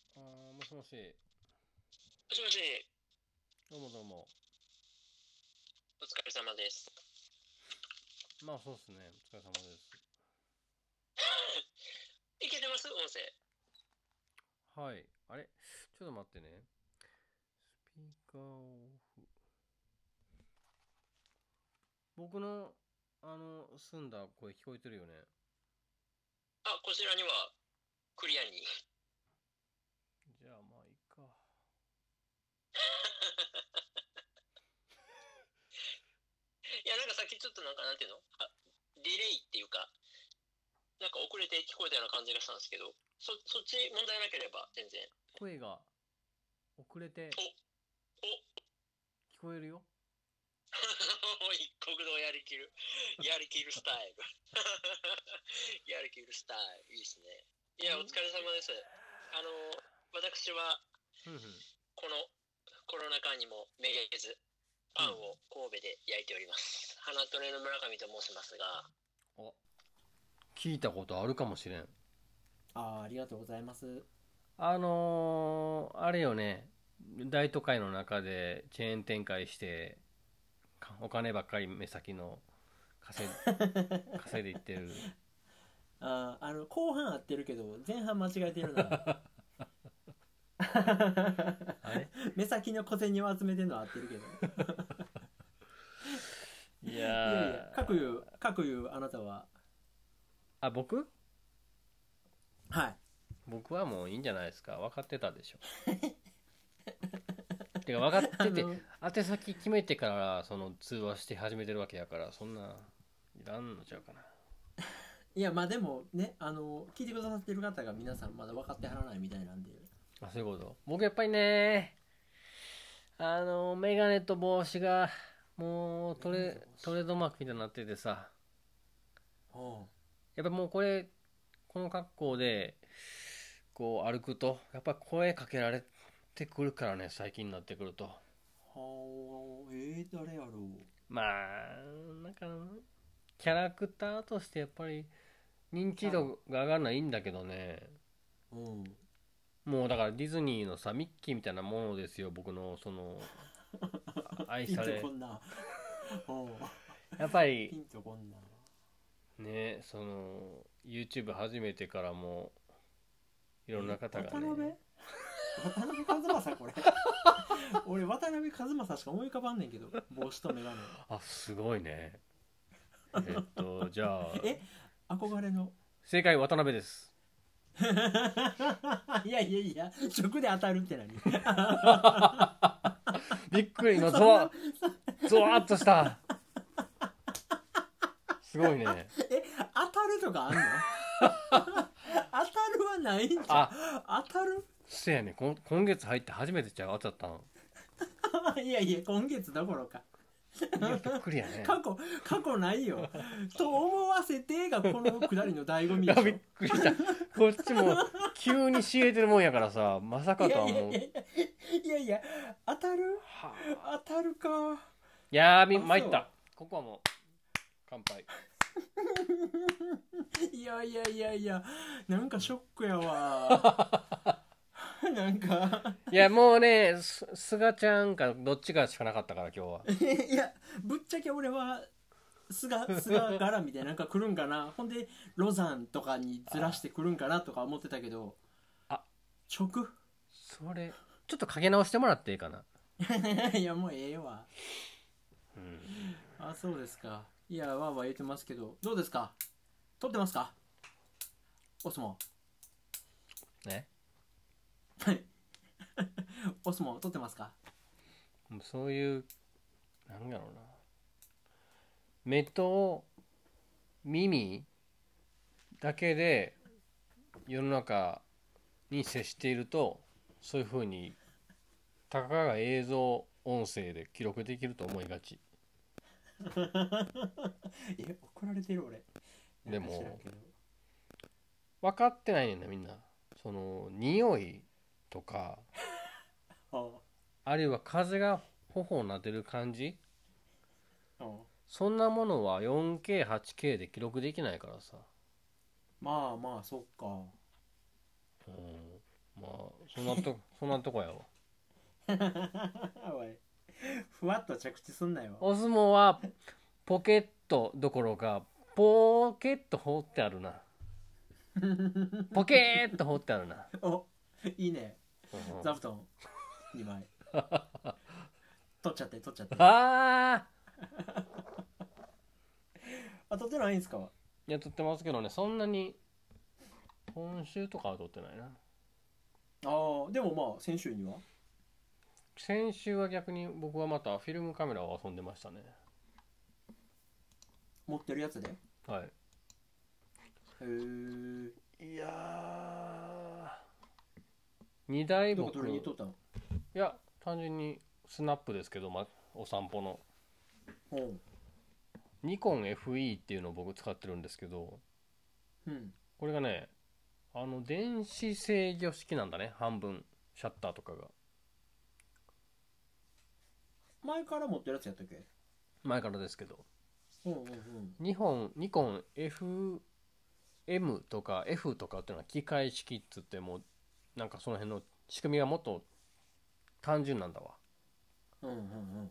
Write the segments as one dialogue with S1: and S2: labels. S1: しもし、
S2: もしもし、
S1: どうもどうも。
S2: お疲れ様です。
S1: まあそうですね、お疲れ様です。
S2: いけてます音声。
S1: はい、あれちょっと待ってね。スピーカーオフ。僕の、あの、澄んだ声聞こえてるよね。
S2: あ、こちらには、クリアに。
S1: じゃあまあいいか。
S2: いや、なんかさっきちょっとなんか、なんていうのあディレイっていうか、なんか遅れて聞こえたような感じがしたんですけど、そ、そっち問題なければ全然。
S1: 声が遅れて
S2: お
S1: 聞こえるよ。
S2: お一国道やりきる。やりきるスタイル。 やりきるスタイル。いいですね。いや、お疲れ様です。あの、私は、
S1: ふんふん。
S2: このコロナ禍にもめげず、パンを神戸で焼いております。花トレの村上と申しますが、
S1: あ聞いたことあるかもしれん。
S3: あーありがとうございます。
S1: あのー、あれよね、大都会の中でチェーン展開して、かお金ばっかり目先の 稼い稼いでいってる。
S3: あーあの、後半合ってるけど、前半間違えてるな。
S1: あれ
S3: 目先の小銭を集めてるのは合ってるけど。
S1: い
S3: いやいや、
S1: や
S3: 各有、各有、あなたは。
S1: あ、僕
S3: はい。
S1: 僕はもういいんじゃないですか。分かってたでしょ。 てか分かってて
S3: あの、
S1: 宛先決めてからその通話して始めてるわけやから、そんな、いらんのちゃうかな。
S3: いや、まあでもね、あの、聞いてくださってる方が皆さんまだ分かってはらないみたいなんで。
S1: あ、そういうこと僕やっぱりね、あの、メガネと帽子が、もうト
S3: メガネ
S1: レ
S3: と帽、子
S1: トレードマークみたいになっててさ、
S3: ほ
S1: やっぱもうこれ、この格好で、こう歩くと、やっぱ声かけられてくるからね、最近になってくると。
S3: う。ほう、えー、誰やろう。
S1: まあ、なんか、キャラクターとしてやっぱり、認知度が上がるのはいいんだけどね、
S3: うん。
S1: もうだからディズニーのさ、ミッキーみたいなものですよ、僕の、その、あ愛
S3: ピン
S1: され
S3: とこ。んな。ほう。
S1: やっぱ
S3: ピ
S1: り
S3: ンとこんな。
S1: ね、その YouTube 始めてからもいろんな方が
S3: 渡辺
S1: ね。
S3: 渡辺一正 これ俺渡辺一正しか思い浮かばんねんけど帽子と眼鏡
S1: あ、すごいね。えっと、じゃあ、
S3: え憧れの
S1: 正解渡辺です。
S3: いやいやいや食で当たるって何
S1: びっくりのゾ ワ、ゾワっとした。すごいね。
S3: え当たるとかあんの当たるはないんじゃん当たる
S1: せやね、こん今月入って初めてちゃう当たったの。
S3: いやいや今月どころか
S1: いやびっくりやね。
S3: 過去過去ないよと思わせてがこのくだりの醍醐
S1: い
S3: 味で
S1: や、
S3: しょ
S1: びっくりした。こっちも急に仕入れてるもんやからさ、まさか
S3: い
S1: とは
S3: やいや
S1: 思う。
S3: いやいやいや当たる
S1: はあ
S3: 当たるか
S1: いやーみ
S3: あそう
S1: 参ったここはもう乾杯
S3: いやいやいやいや、なんかショックやわ。なんか、
S1: いやもうねす菅ちゃんかどっちかしかなかったから今日はい
S3: や、ぶっちゃけ俺は、菅、菅絡みでなんか来るんかな。ほんで、ロザンとかにずらして来るんかなとか思ってたけど、
S1: あ
S3: 直
S1: それちょっとかけ直してもらっていいかない
S3: や、もうええわ。
S1: うん
S3: あ、そうですか。いや、わーわー言ってますけど、どうですか撮ってますかお相撲。
S1: ね
S3: はい。お相撲撮ってますか
S1: もうそういうなんだろうな目と耳だけで世の中に接しているとそういうふうにたかが映像音声で記録できると思いがち
S3: え、怒られてる俺。
S1: でも
S3: なんか知らんけど
S1: 分かってないねんなみんなその匂いとか
S3: あ
S1: あるいは風が頬をなでる感じ
S3: あああ
S1: そんなものは 4K8K で記録できないからさ、
S3: まあまあそっか
S1: うんまあそんなとそんなとこやわ
S3: おいふわっと着地すんなよ
S1: お相撲はポケットどころかポケット放ってあるなポケーッと放ってあるな、
S3: おいいね
S1: うん
S3: 座布団2枚 取っちゃって取っちゃって
S1: ああ
S3: あ取ってないんすか
S1: いや撮ってますけどねそんなに今週とかは撮ってないな
S3: ああでもまあ先週には
S1: 先週は逆に僕はまたフィルムカメラを遊んでましたね
S3: 持ってるやつでへ
S1: は
S3: え
S1: いいやー2台
S3: どこ
S1: 僕
S3: 撮りに撮ったの
S1: いや単純にスナップですけど、ま、お散歩の
S3: おう
S1: ニコン FE っていうのを僕使ってるんですけど
S3: うん
S1: これがねあの電子制御式なんだね半分シャッターとかが
S3: 前から持ってるやつやったっけ
S1: 前からですけど
S3: うんうんうん
S1: 日本ニコン FM とか F とかっていうのは機械式っつってもうなんかその辺の仕組みがもっと単純なんだわ
S3: うんうん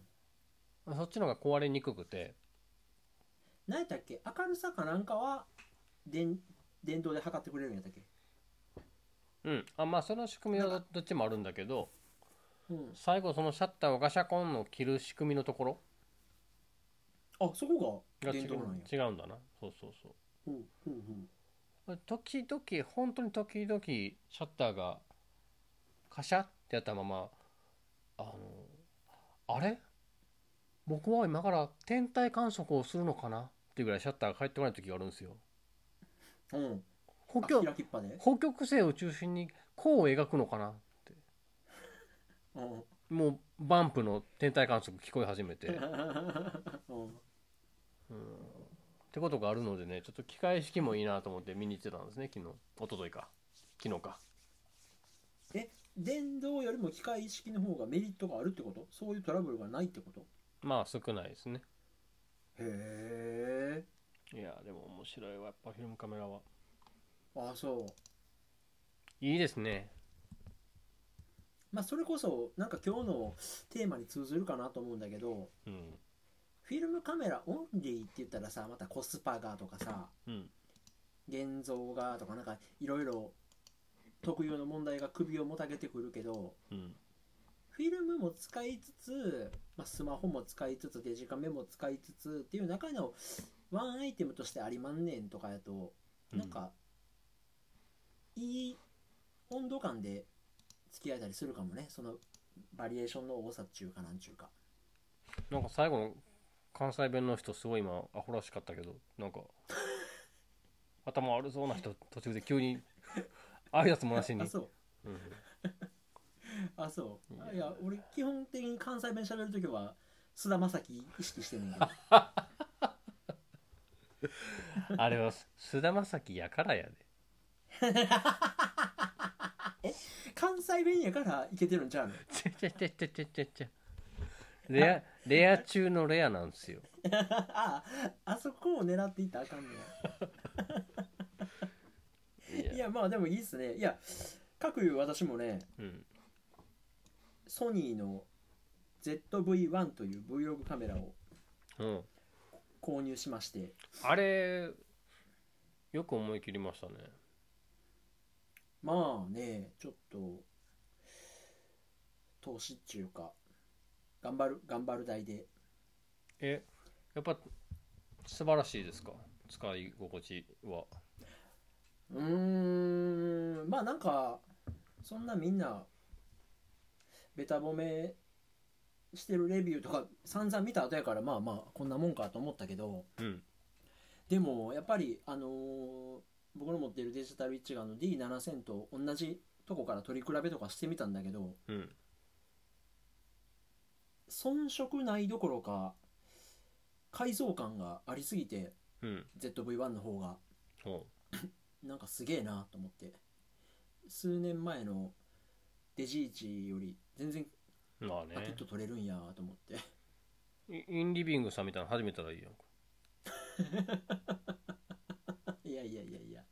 S3: うん
S1: そっちの方が壊れにくくて
S3: 何やったっけ明るさかなんかは電電動で測ってくれるんやったっけ
S1: うんあまあその仕組みはどどっちもあるんだけど
S3: うん
S1: 最後そのシャッターをガシャコンの切る仕組みのところ
S3: あそこが
S1: が違
S3: 電
S1: う
S3: 動なんや
S1: 違うんだなそうそうそう
S3: ほうほうほう
S1: 時々本当に時々シャッターがカシャってやったままあのあれ僕は今から天体観測をするのかなっていうぐらいシャッターが返ってこない時があるんですよ
S3: うん
S1: 北
S3: あ
S1: 極
S3: 開きっぱで
S1: 北極星を中心に弧を描くのかな
S3: うん うん
S1: もうバンプの天体観測聞こえ始 めて、うん、ってことがあるのでねちょっと機械式もいいなと思って見に行ってたんですね昨日一昨日か昨日か
S3: え電動よりも機械式の方がメリットがあるってことそういうトラブルがないってこと
S1: まあ少ないですね
S3: へえ
S1: いやでも面白いわやっぱフィルムカメラは
S3: あそう
S1: いいですね
S3: まあそれこそなんか今日のテーマに通ずるかなと思うんだけど
S1: うん
S3: フィルムカメラオンリーって言ったらさまたコスパがとかさ
S1: うん
S3: 現像がとかなんかいろいろ特有の問題が首をもたげてくるけど
S1: うん
S3: フィルムも使いつつ、まあ、スマホも使いつつデジカメも使いつつっていう中のワンアイテムとしてありまんねんとかやとなんか、いい温度感で付き合えたりするかもねそのバリエーションの多さっちゅうかなんちゅうか
S1: なんか最後の関西弁の人すごい今アホらしかったけどなんか 頭悪そうな人途中で急に 挨拶もなしに
S3: あ、そう
S1: うん、
S3: あそうあ
S1: い
S3: い
S1: や
S3: や俺基本的に関西弁喋るときは菅田将暉意識してんねんけ ど
S1: あれは菅田将暉やからやで
S3: 関西弁やからいけてるん ちゃうの
S1: ちゃちゃちゃちゃちゃちゃちゃレアレア中のレアなんですよ
S3: ああそこを狙っていったらあかんね
S1: い
S3: やいやまあでもいいっすねいや各有私もね
S1: うん
S3: ソニーの ZV-1 という Vlog カメラを
S1: うん、
S3: 購入しまして
S1: あれよく思い切りましたね
S3: まあねちょっと投資っちゅうか頑張る頑張る代で
S1: えやっぱ素晴らしいですか使い心地は
S3: うーんまあなんかそんなみんなべた褒めしてるレビューとか散々見た後やからまあまあこんなもんかと思ったけど
S1: うん
S3: でもやっぱりあのー僕の持っているデジタル一眼の D7000 と同じとこから取り比べとかしてみたんだけど
S1: うん
S3: 遜色ないどころか改造感がありすぎて
S1: うん
S3: ZV-1 の方が
S1: ほ
S3: なんかすげえなと思って数年前のデジイチより全然
S1: うまあ
S3: パキッ
S1: ね
S3: と取れるんやと思って、
S1: イインリビングさんみたいなの始めたらいいやんか
S3: いやいやいやいや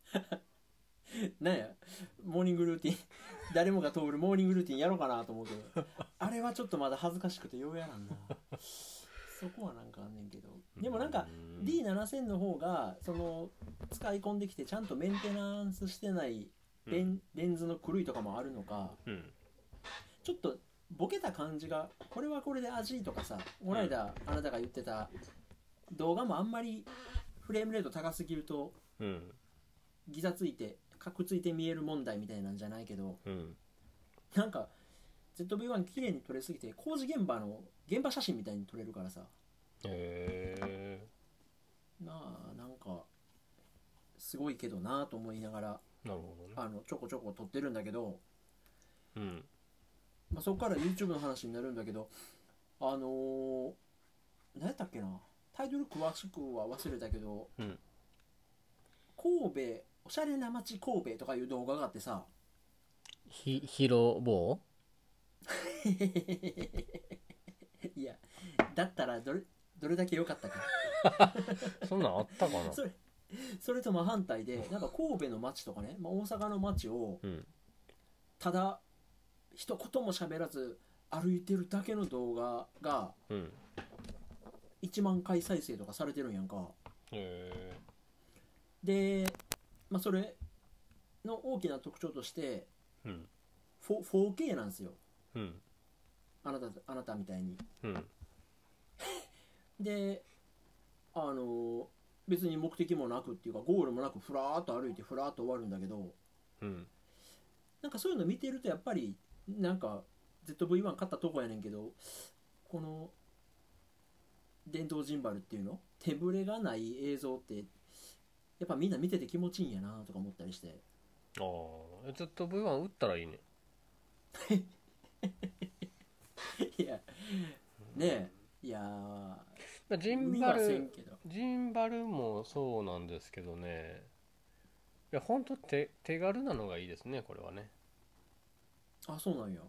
S3: なんやモーニングルーティン 誰もが通るモーニングルーティンやろうかなと思うけどあれはちょっとまだ恥ずかしくてようやらんなそこはなんかあんねんけどでもなんか
S1: う
S3: D7000 の方がその使い込んできてちゃんとメンテナンスしてないレン,、レンズの狂いとかもあるのか
S1: うん
S3: ちょっとボケた感じがこれはこれで味とかさこの間あなたが言ってた動画もあんまりフレームレート高すぎると
S1: うん
S3: ギザついてカクついて見える問題みたいなんじゃないけど
S1: うん
S3: なんか ZV-1 綺麗に撮れすぎて工事現場の現場写真みたいに撮れるからさ
S1: へえ
S3: なあなんかすごいけどなあと思いながら
S1: なるほどね
S3: あのちょこちょこ撮ってるんだけど、
S1: うん
S3: まあ、そこから YouTube の話になるんだけどあのー、何やったっけなタイトル詳しくは忘れたけど、
S1: うん
S3: 神戸おしゃれな街神戸とかいう動画があって さ
S1: ひ広坊
S3: いやだったらどれどれだけ良かったか
S1: そんなんあったかな
S3: それそれと真反対でなんか神戸の街とかね、まあ、大阪の街を
S1: うん
S3: ただ一言も喋らず歩いてるだけの動画が
S1: うん
S3: 1万回再生とかされてるんやんか
S1: へえ
S3: で、まあ、それの大きな特徴として
S1: うん
S3: フォ 4K なんですよ
S1: うん
S3: あなたあなたみたいに
S1: うん
S3: であの別に目的もなくっていうかゴールもなくふらーっと歩いてふらーっと終わるんだけど
S1: うん
S3: なんかそういうの見てるとやっぱりなんか ZV-1 勝ったとこやねんけどこの電動ジンバルっていうの手ぶれがない映像ってやっぱみんな見てて気持ちいいんやなとか思ったりして
S1: ああずっと V1 打ったらいいね
S3: いやねえいやー
S1: まあジン
S3: 見
S1: バ
S3: はせん
S1: ル
S3: けど
S1: ジンバルもそうなんですけどねいやほんと手手軽なのがいいですねこれはね
S3: あそうなんや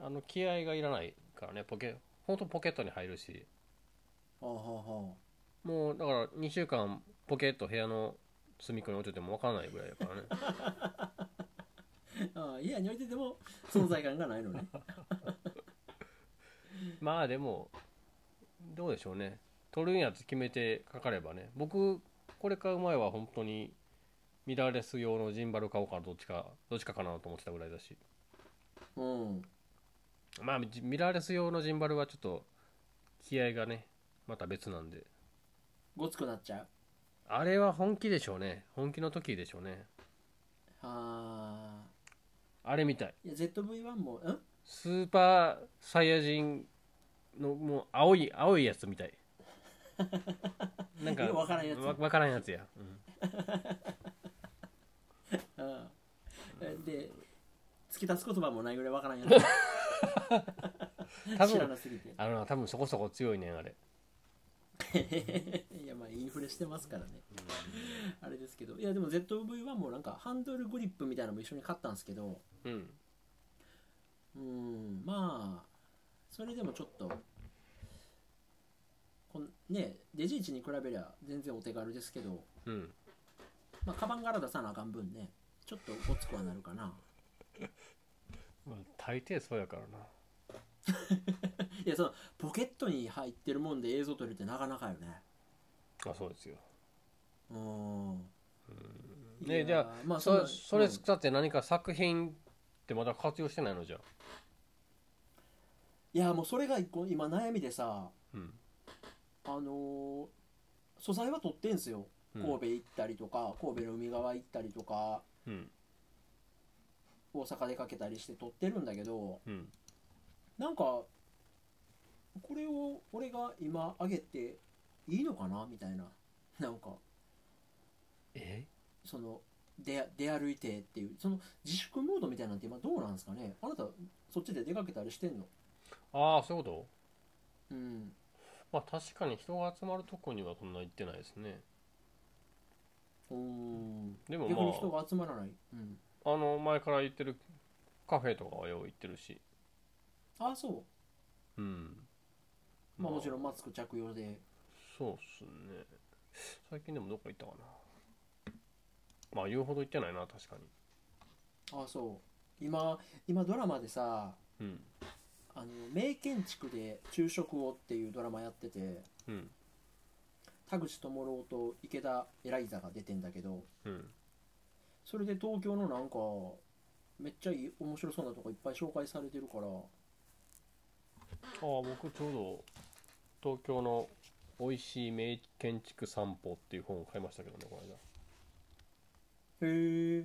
S1: あの気合がいらないからねポケほんとポケットに入るし
S3: あはは
S1: もうだから2週間ポケット部屋の隅っこに置いてても分からないぐらいだからね
S3: ああいやにおいてても存在感がないのね
S1: まあでもどうでしょうね取るんやつ決めてかかればね僕これ買う前は本当にミラーレス用のジンバル買おうかどっちかどっちかかなと思ってたぐらいだし
S3: うん
S1: まあミラーレス用のジンバルはちょっと気合がねまた別なんで
S3: ごつくなっちゃう
S1: あれは本気でしょうね本気の時でしょうね
S3: あ
S1: あれみたい
S3: ーいや ZV-1 もん
S1: スーパーサイヤ人のもう青い青いやつみ たいなんか
S3: ようわからんやつ
S1: わわからんやつや、うん
S3: あーで突き出す言葉もないぐらいわからんや
S1: 多
S3: つ知ら
S1: 分
S3: なすぎて
S1: あのな多分そこそこ強いねんあれ
S3: いやまあインフレしてますからねあれですけどいやでも ZV-1 もなんかハンドルグリップみたいなのも一緒に買ったんですけど、
S1: うん
S3: うんまあそれでもちょっとこんねデジイチに比べりゃ全然お手軽ですけど
S1: うん
S3: まあカバンから出さなあかん分ねちょっとごつくはなるかな
S1: まあ大抵そうやからない
S3: やそのポケットに入ってるもんで映像撮るってなかなかよね
S1: あそうですよ
S3: うん
S1: ね
S3: いやー
S1: じゃあ
S3: まあん
S1: そ
S3: な
S1: それ
S3: うん
S1: 使って何か作品ってまだ活用してないのじゃあ
S3: いやもうそれが一個今悩みでさ
S1: うん
S3: あのー素材は撮ってんすよ
S1: うん
S3: 神戸行ったりとか、神戸の海側行ったりとか
S1: うん
S3: 大阪出かけたりして撮ってるんだけど
S1: うん
S3: なんかこれを俺が今上げていいのかなみたいななんか
S1: え
S3: その出出歩いてっていうその自粛モードみたいなんて今どうなんですかねあなたそっちで出かけたりしてんの
S1: ああそういうこ
S3: うん
S1: とまあ確かに人が集まるとこにはそんな行ってないですね
S3: うーん
S1: でも
S3: 逆
S1: ま
S3: に
S1: あ
S3: 人が集まらない、うん、
S1: あの前から言ってるカフェとかはよう行ってるし
S3: ああそ
S1: うん
S3: う、まあ、もちろんマスク着用で
S1: そうっすね最近でもどこ行ったかなまあ言うほど行ってないな確かに
S3: ああそ今今ドラマでさ
S1: うん
S3: 「あの名建築で昼食を」っていうドラマやってて
S1: うん
S3: 田口智朗と池田エライザが出てんだけど
S1: うん
S3: それで東京のなんかめっちゃいい面白そうなとこいっぱい紹介されてるから
S1: ああ僕ちょうど東京の「美味しい名建築散歩」っていう本を買いましたけどねこの間
S3: へえ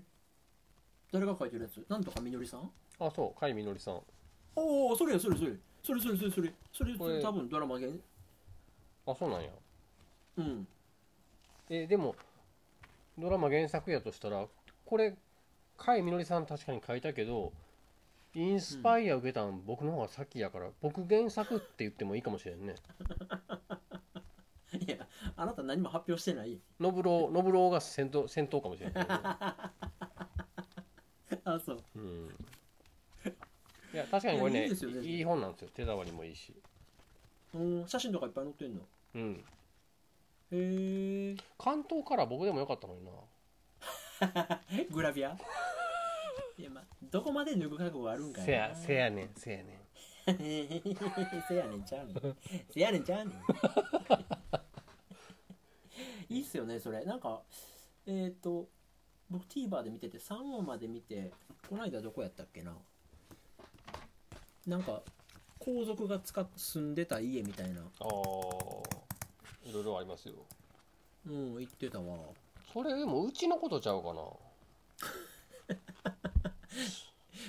S3: 誰が書いてるやつなんとかみのりさん
S1: あそう甲斐みのりさん
S3: おおそれやそれそれそれそれそれそれそれ
S1: これ
S3: 多分ドラマげん
S1: あそうなんや
S3: うん
S1: えでもドラマ原作やとしたらこれ甲斐みのりさん確かに書いたけどインスパイア受けたん僕の方が先やから、僕原作って言ってもいいかもしれんね
S3: いやあなた何も発表してない
S1: ノブローノブローが先頭先頭かもしれ ない、
S3: あそう
S1: うん、いや確かにこれ
S3: いや
S1: ね
S3: いいですよね
S1: いい本なんですよ手触りもいいし
S3: うん写真とかいっぱい載ってんの
S1: うん
S3: へえ
S1: 関東から僕でもよかったのにな
S3: グラビア いやまあどこまで脱ぐ覚悟があるんかいな
S1: せやせやねんせやねん
S3: せやねんちゃうねんせやねんちゃうねんいいっすよねそれなんかえっ、ー、と僕 TVer で見てて3話まで見てこの間どこやったっけななんか皇族が使っ住んでた家みたいな
S1: ああいろいろありますよ
S3: うん言ってたわ
S1: それでもうちのことちゃうかな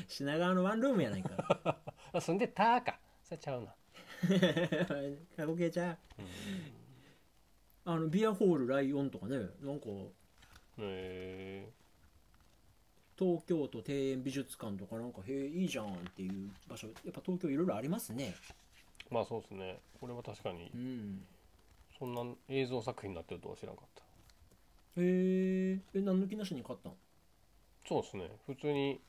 S3: 品川のワンルームやないか
S1: あそんで「た」かそれちゃうな、
S3: 過去形ちゃうあのビアホールライオンとかねなんか
S1: へえ
S3: 東京都庭園美術館とかなんかへえいいじゃんっていう場所やっぱ東京いろいろありますね
S1: まあそうですねこれは確かに
S3: うん
S1: そんな映像作品になってるとは知らんかった
S3: へええ何の気なしに買ったん
S1: そうですね普通に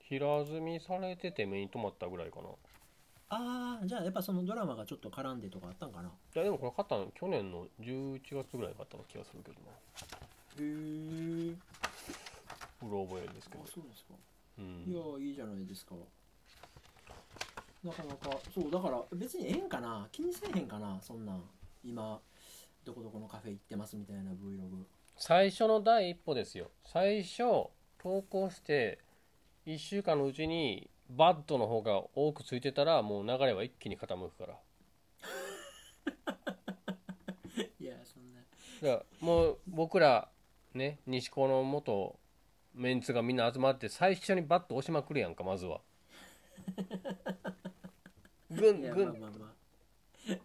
S1: 平積みされてて目に留まったぐらいかない
S3: ああじゃあやっぱそのドラマがちょっと絡んでとかあったんかな
S1: やでもこれ買ったの去年の11月ぐらいに買ったの気がするけどな
S3: へえ
S1: うろ覚えですけど
S3: あ、そうですか
S1: う
S3: いや
S1: ん、
S3: ーいいじゃないですかなかなかそうだから別にええんかな気にせえへんかなそんなん今どこどこのカフェ行ってますみたいな Vlog
S1: 最初の第一歩ですよ最初投稿して1週間のうちにバッドの方が多くついてたらもう流れは一気に傾くから
S3: いやそんな
S1: だからもう僕らね西高の元メンツがみんな集まって最初にバッと押しまくるやんかまずは ぐん
S3: いや
S1: ぐ
S3: まあ
S1: ん
S3: まあまあ、うん、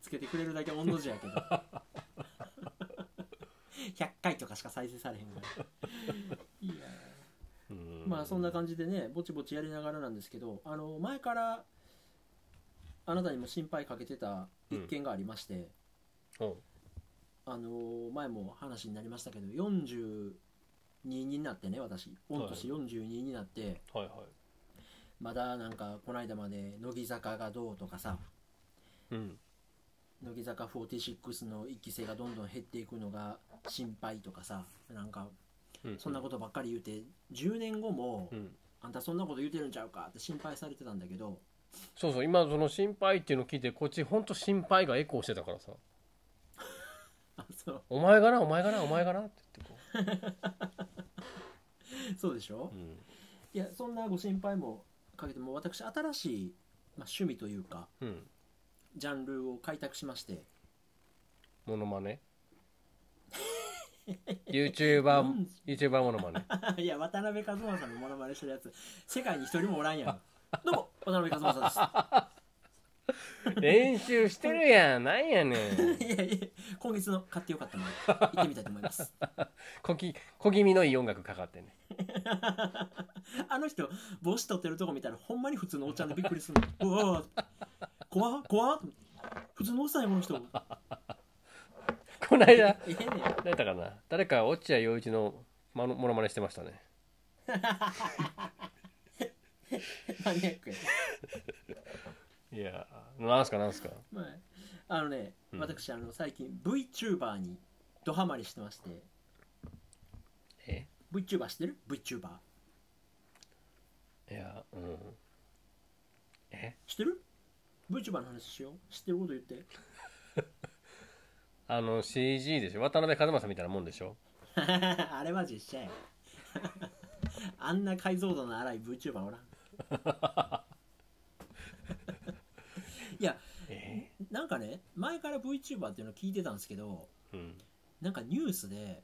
S3: つけてくれるだけ御の字やけど100回とかしか再生されへんからいや
S1: うん
S3: まあそんな感じでねぼちぼちやりながらなんですけどあの前からあなたにも心配かけてた一件がありまして、
S1: うん
S3: あの前も話になりましたけど42になってね私御年42になって、
S1: はいはい
S3: まだなんかこの間まで乃木坂がどうとかさ、
S1: うん
S3: 乃木坂46の一期生がどんどん減っていくのが心配とかさなんか
S1: うん
S3: そんなことばっかり言うて10年後も
S1: うん
S3: あんたそんなこと言うてるんちゃうかって心配されてたんだけど
S1: そうそう今その心配っていうの聞いてこっちほんと心配がエコーしてたからさ
S3: あそう
S1: お前がなお前がなお前がなって言ってこ
S3: そうでしょ
S1: う、うん、
S3: いやそんなご心配もかけても私新しい、まあ、趣味というか
S1: うん、
S3: ジャンルを開拓しまして
S1: モノマ ネ YouTuber
S3: うん
S1: YouTuber モノマネ
S3: いや、渡辺和正のモノマネしてるやつ、世界に一人もおらんやん。どうも、渡辺和正
S1: 練習してるやんなんやねん
S3: です。いやいや、今月の買ってよかったので、行ってみたいと思います。
S1: 小気小気味のいい音楽かかってね
S3: あの人、帽子取ってるとこ見たら、ほんまに普通のおっちゃんでびっくりするの。 うわぁ、怖っ怖っ普通のおっさんや、この人。
S1: こないだ
S3: ええねん
S1: 誰だったかな誰か落合陽一のまのモノマネしてましたね
S3: マニアックや。
S1: いやーなんすかなんすか
S3: まあ、あのね、
S1: うん
S3: 私、あの、最近 VTuber にドハマりしてまして、
S1: え
S3: VTuber してる ?VTuber。
S1: いやうんえ
S3: 知ってる ?VTuber の話しよう。知ってること言って。
S1: あの CG でしょ渡辺一正みたいなもんでしょ
S3: あれは実写や。 あんな解像度の荒い VTuber おらん。いや、
S1: え
S3: なんかね、前から VTuber っていうの聞いてたんですけど、
S1: うん
S3: なんかニュースで、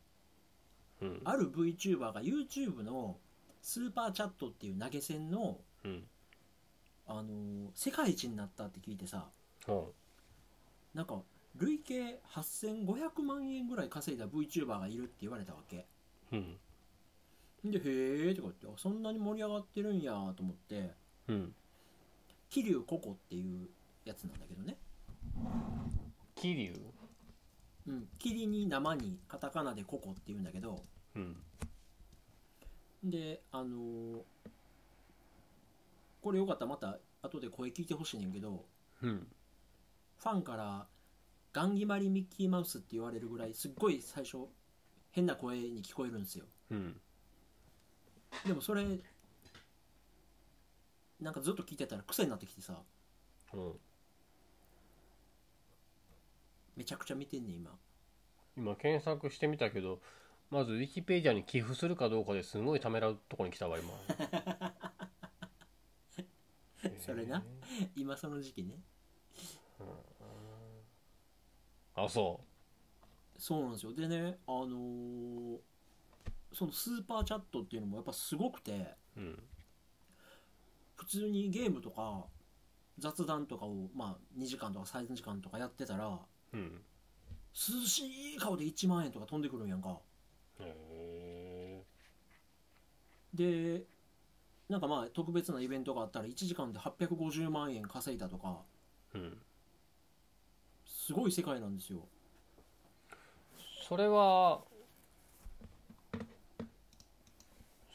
S1: うん
S3: ある VTuber が YouTube のスーパーチャットっていう投げ銭の、
S1: うん
S3: あのー世界一になったって聞いてさ、
S1: ほ
S3: なんか、累計8500万円ぐらい稼いだ VTuber がいるって言われたわけ。
S1: ううん
S3: で、へーとか言って、そんなに盛り上がってるんやと思って、
S1: うん
S3: 桐生ココっていうやつなんだけどね。
S1: 桐生
S3: うん。霧に生にカタカナでココって言うんだけど、
S1: うん
S3: で、あのーこれよかったらまた後で声聞いてほしいねんけど、
S1: うん
S3: ファンからガンギマリミッキーマウスって言われるぐらい、すっごい最初、変な声に聞こえるんですよ。
S1: うん
S3: でもそれなんかずっと聞いてたら癖になってきてさ
S1: うん
S3: めちゃくちゃ見てんねん今
S1: 今検索してみたけどまずウィキペディアに寄付するかどうかですごいためらうとこに来たわ今
S3: それな今その時期ね
S1: えーあそ
S3: そうなんですよでねあのーそのスーパーチャットっていうのもやっぱすごくて
S1: ううん
S3: 普通にゲームとか雑談とかをまあ2時間とか3時間とかやってたら
S1: うん
S3: 涼しい顔で1万円とか飛んでくるんやんか
S1: へ
S3: でなんかまあ特別なイベントがあったら1時間で850万円稼いだとか
S1: えうん
S3: すごい世界なんですよ
S1: それは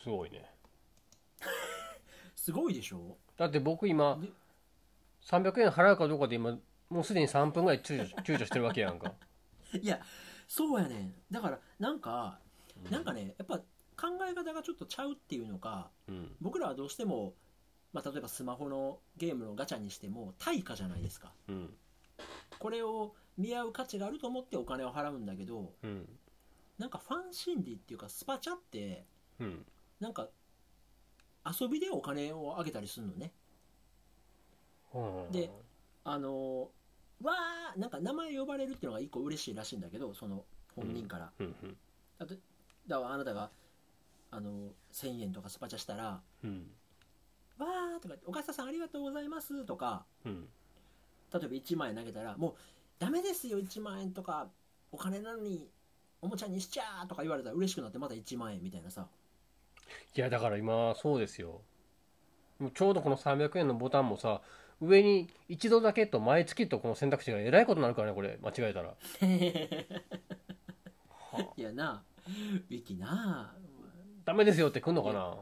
S1: すごいね
S3: すごいでしょ
S1: だって僕今
S3: ね
S1: 300円払うかどうかで今もうすでに3分ぐらい躊躇躊躇してるわけやんか
S3: いやそうやねんだからなんか、なんかねやっぱ考え方がちょっとちゃうっていうのか
S1: うん
S3: 僕らはどうしても、まあ、例えばスマホのゲームのガチャにしても対価じゃないですか
S1: うん
S3: これを見合う価値があると思ってお金を払うんだけど
S1: うん
S3: なんかファン心理っていうかスパチャって
S1: うん
S3: なんか遊びでお金をあげたりするのね
S1: うん
S3: であのーわーなんか名前呼ばれるっていうのが一個嬉しいらしいんだけどその本人から、
S1: うんうん
S3: だからあなたがあの1000円とかスパチャしたら
S1: うん
S3: 「わー」とか言って「お母さんありがとうございます」とか
S1: うん
S3: 例えば1万円投げたら「もうダメですよ1万円」とか「お金なのにおもちゃにしちゃー」とか言われたら嬉しくなってまた1万円みたいなさ
S1: いやだから今そうですよもうちょうどこの300円のボタンもさ上に一度だけと毎月とこの選択肢がえらいことになるからねこれ間違えたら
S3: いやなウィキな
S1: ダメですよって来んのかな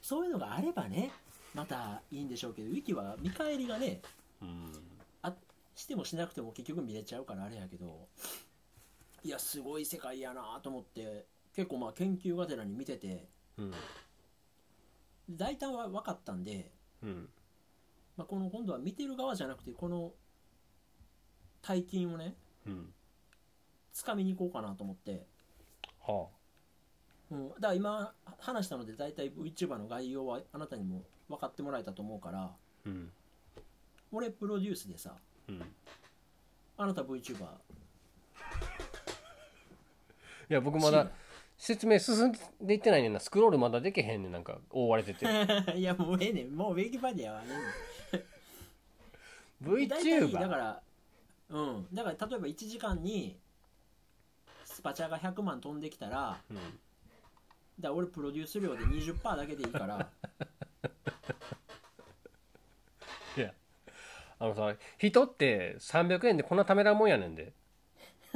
S3: そういうのがあればねまたいいんでしょうけどウィキは見返りがね
S1: うん
S3: してもしなくても結局見れちゃうからあれやけどいやすごい世界やなと思って結構まあ研究がてらに見てて
S1: うん
S3: 大胆は分かったんで、
S1: うん
S3: まあ、この今度は見てる側じゃなくてこの大金をね
S1: うん
S3: 掴みに行こうかなと思って、
S1: は
S3: うん、だから今話したので大体 VTuber の概要はあなたにも分かってもらえたと思うから
S1: あうん
S3: 俺プロデュースでさ
S1: うんい
S3: あなた VTuber
S1: や僕まだ説明進んでいってないねんなスクロールまだできへんねんなんか覆われてて
S3: いやもうええねんもうウィキパディアはええねん大体だか
S1: VTuber
S3: らうんだから例えば1時間にスパチャが100万飛んできたらだか
S1: うん
S3: ら俺プロデュース料で20%だけでいいから
S1: いやあのさ人って300円でこんなためらうもんやねんで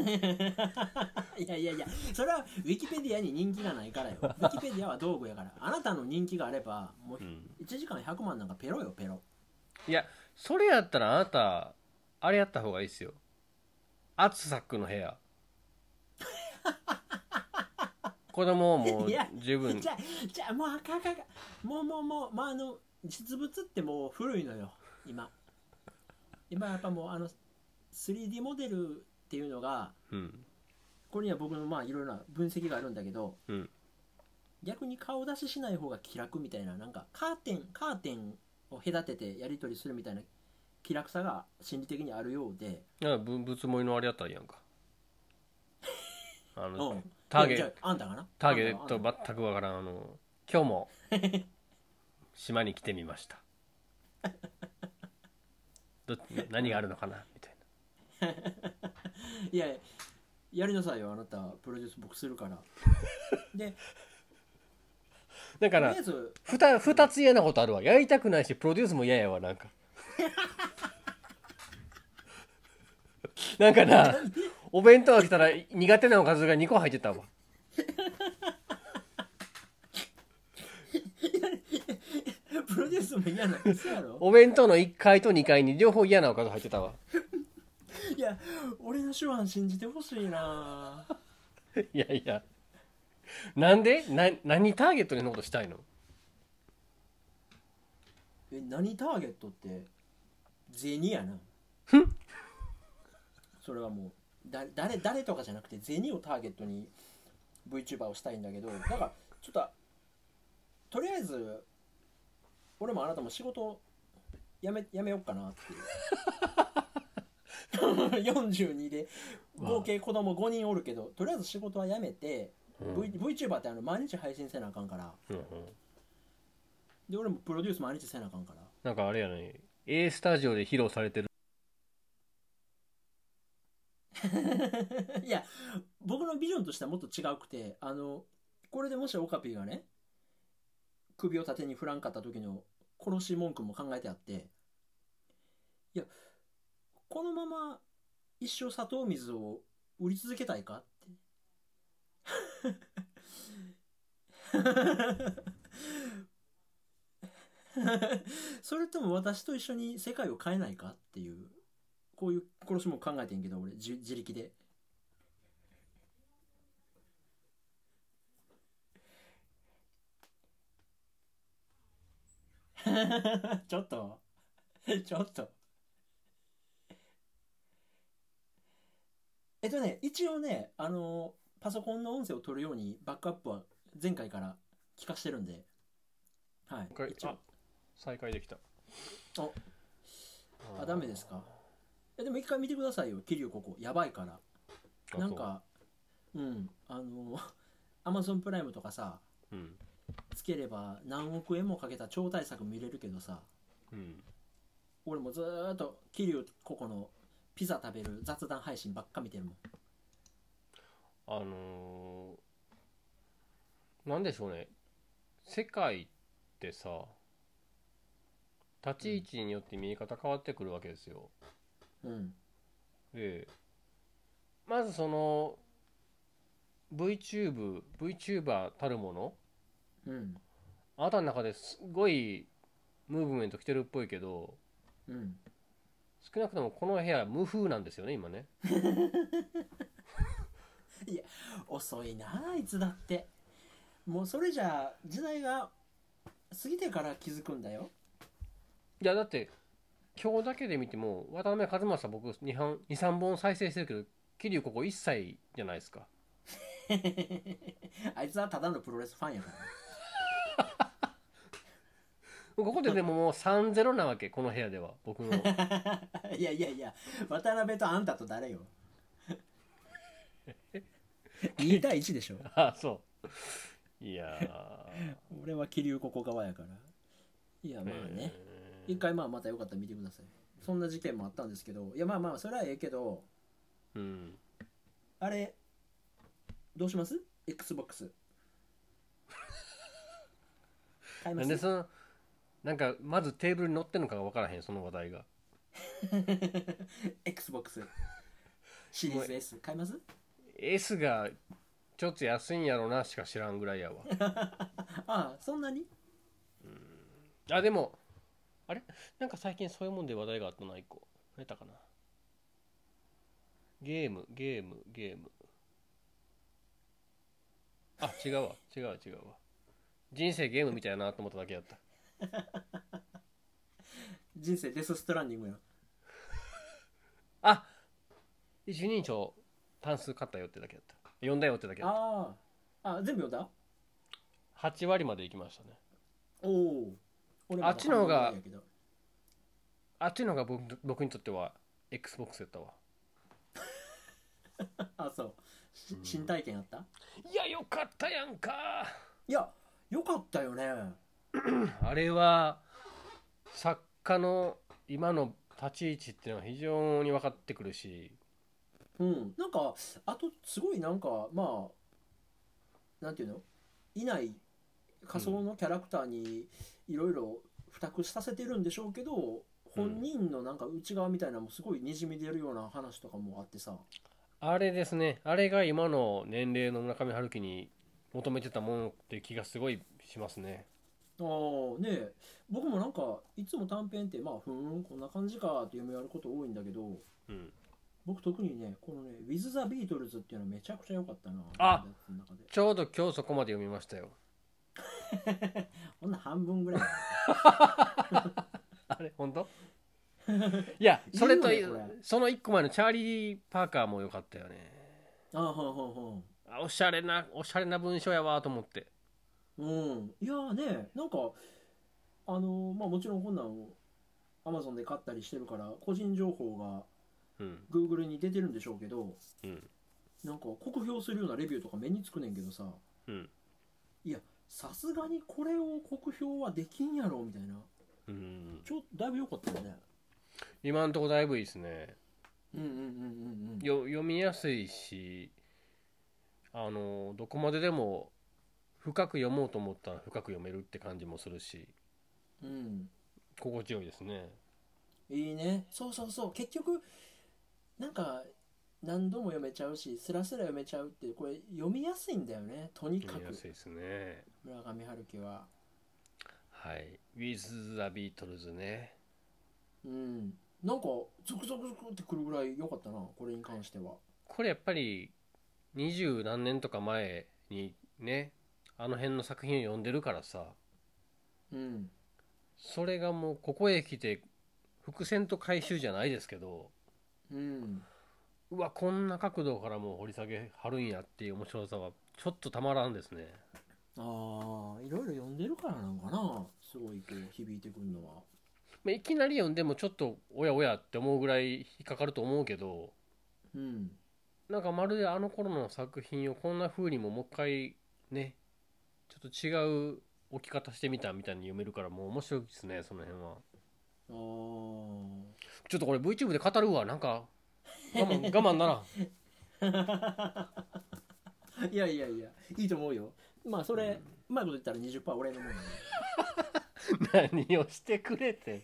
S3: いやいやいやそれはウィキペディアに人気がないからよウィキペディアは道具やからあなたの人気があればもう
S1: うん
S3: 1時間100万なんかペロよペロ
S1: いやそれやったらあなたあれやった方がいいっすよアツサックの部屋 子供をもう
S3: いや
S1: 十分
S3: じゃあじゃあもうあかんあかんあかんもうもうもう、まあ、あの実物ってもう古いのよ今今やっぱもうあの 3D モデルっていうのが
S1: うん
S3: これには僕のまあいろいろな分析があるんだけど、
S1: うん
S3: 逆に顔出ししない方が気楽みたいななんかカーテンカーテンを隔ててやり取りするみたいな気楽さが心理的にあるようで、
S1: いやぶぶつもりのあれやったらいいやんかあ
S3: う
S1: の
S3: ん、
S1: ターゲ
S3: じゃああんたかな
S1: ターゲッ
S3: あ
S1: ト
S3: んた
S1: 全くわからんあの今日も島に来てみま したど何があるのかなみたい
S3: いややりなさいよあなたプロデュース僕するから で
S1: なだか
S3: とりあ
S1: ら
S3: えず
S1: ふた2つ嫌なことあるわやりたくないしプロデュースも嫌やわなんかなんかなお弁当が来たら苦手なおかずが2個入ってたわ
S3: プロデュースも嫌なんですやろ
S1: お弁当の1階と2階に両方嫌なおかず入ってたわ
S3: いや俺の手腕信じてほしいない
S1: やいやなんでな何ターゲットにそんなことしたいの
S3: え何ターゲットって銭やなそれはもうだ誰誰とかじゃなくて銭をターゲットに VTuber をしたいんだけどだからちょっととりあえず俺もあなたも仕事やめやめようかなっていう 42で合計子供5人おるけどとりあえず仕事はやめて、
S1: うん
S3: v VTuber ってあの毎日配信せなあかんから
S1: うんうん
S3: で俺もプロデュース毎日せなあかんから
S1: なんかあれやね A スタジオで披露されてる
S3: いや僕のビジョンとしてはもっと違うくてあのこれでもしオカピーがね首を縦に振らんかった時の殺し文句も考えてあっていやこのまま一生砂糖水を売り続けたいかって それとも私と一緒に世界を変えないかっていうこういう殺しも考えてんけど俺じ自力で ちょっと ちょっとえっとね一応ねあのパソコンの音声を取るようにバックアップは前回から聞かしてるんではい
S1: もう一回
S3: 一応
S1: 再開できた
S3: おあダメですかえでも一回見てくださいよ桐生ここやばいから
S1: あ
S3: なんかうんあの アマゾンプライムとかさ
S1: そううん
S3: つければ何億円もかけた超大作見れるけどさ
S1: うん
S3: 俺もずーっと桐生ここのピザ食べる雑談配信ばっか見てるもん
S1: あのー、なんでしょうね世界ってさ立ち位置によって見え方変わってくるわけですよ、
S3: うん
S1: でまずその VTube VTuber たるもの
S3: うん
S1: あなたの中ですごいムーブメント来てるっぽいけど
S3: うん
S1: 少なくともこの部屋無風なんですよね今ね
S3: 遅いなあいつだってもうそれじゃあ時代が過ぎてから気づくんだよ
S1: いやだって今日だけで見ても渡辺一正僕23本再生してるけど桐生ここ一切じゃないですか
S3: あいつはただのプロレスファンやからね
S1: ここででももう3-0なわけこの部屋では 僕の
S3: いやいやいや渡辺とあんた と誰よ2対1でしょ
S1: あそういやー
S3: 俺は桐生ここ側やからい やまあね
S1: えー
S3: 一回まあまたよかったら見てくださいそんな事件もあったんですけどいやまあまあそれはええけど
S1: うん
S3: あれどうします ?XBOX 買い
S1: な
S3: ま
S1: ん
S3: す
S1: でそのなんかまずテーブルに乗ってんのかが分からへんその話題が
S3: XBOX シリーズ S 買います
S1: S がちょっと安いんやろなしか知らんぐらいやわ
S3: ああそんなに
S1: あでもあれなんか最近そういうもんで話題があったな一個何やったかなゲームゲームゲームあ違うわ違うわ違うわ人生ゲームみたいやなと思っただけやった
S3: 人生デスストランディングやん
S1: あ一人称単数買ったよってだけやった読んだよってだけやっ
S3: あーあ全部読んだ
S1: た8割まで行きましたね
S3: おお俺まだ
S1: あっちの方が
S3: 半分ぐらいやけど
S1: あっちのが僕僕にとっては XBOX やったわ
S3: あそうし
S1: うん
S3: 新体験あった
S1: いやよかったやんか
S3: いやよかったよね
S1: あれは作家の今の立ち位置っていうのは非常に分かってくるし
S3: うんなんかあとすごいなんかまあなんていうのいない仮想のキャラクターにいろいろ付託させてるんでしょうけど、本人のなんか内側みたいなのもすごいにじみ出るような話とかもあってさ
S1: あれですねあれが今の年齢の村上春樹に求めてたものっていう気がすごいしますね
S3: ああねえ僕もなんかいつも短編ってまあふーんこんな感じかって読み終わること多いんだけど
S1: うん
S3: 僕特にねこのね「With the Beatles」っていうのめちゃくちゃ良かったな
S1: あ
S3: の中で
S1: ちょうど今日そこまで読みましたよ
S3: ほんな半分ぐらい
S1: あれ本当 いやそれと
S3: いいよねこ
S1: その1個前のチャーリー・パーカーも良かったよね
S3: ああほんほんほん
S1: あおしゃれなおしゃれな文章やわと思って
S3: うんいやーねなんかあのーまあもちろんこんなんを Amazon で買ったりしてるから個人情報が
S1: うん
S3: Google に出てるんでしょうけど
S1: うん
S3: なんか酷評するようなレビューとか目につくねんけどさ
S1: うん
S3: さすがにこれを酷評はできんやろみたいな
S1: うん
S3: ちょだいぶ良かったよね
S1: 今んとこだいぶいいですね
S3: うんうんうんうんうん
S1: よ読みやすいしあのどこまででも深く読もうと思ったら深く読めるって感じもするし
S3: うん
S1: 心地よいですね
S3: いいねそうそうそう結局なんか何度も読めちゃうしスラスラ読めちゃうってこれ読みやすいんだよねとにか
S1: 読みや
S3: く
S1: すいですね
S3: 村上春樹は
S1: はい「With the Beatles ね」
S3: うんなんかゾクゾクゾクってくるぐらい良かったなこれに関しては
S1: これやっぱり二十何年とか前にねあの辺の作品を読んでるからさ
S3: うん
S1: それがもうここへ来て伏線と回収じゃないですけど
S3: うん
S1: うわこんな角度からもう掘り下げはるんやっていう面白さはちょっとたまらんですね
S3: ああいろいろ読んでるからなんかなすごいこう響いてくるのは
S1: まあいきなり読んでもちょっとおやおやって思うぐらい引っかかると思うけど
S3: うん
S1: なんかまるであの頃の作品をこんな風にももう一回ねちょっと違う置き方してみたみたいに読めるからもう面白いですねその辺は
S3: ああ
S1: ちょっとこれ VTube で語るわなんか我 慢我慢だな
S3: いやいやいやいいと思うよまあそれ、うまいこと言ったら20%俺のもんな
S1: 何をしてくれて
S3: ん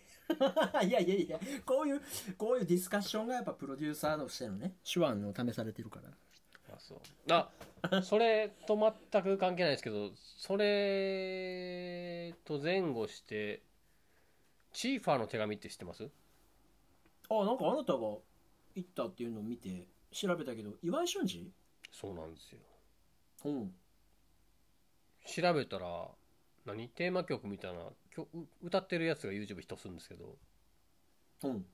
S3: で いやいやいやこういうこういうディスカッションがやっぱプロデューサーとしてのね手腕を試されてるから
S1: あそうあそれと全く関係ないですけどそれと前後してチーファーの手紙って知ってます
S3: あなんかあなたが行ったっていうのを見て調べたけど岩井俊二
S1: そうなんですよ
S3: うん
S1: 調べたら何テーマ曲みたいな曲歌ってるやつが YouTube 一つするんですけど
S3: うん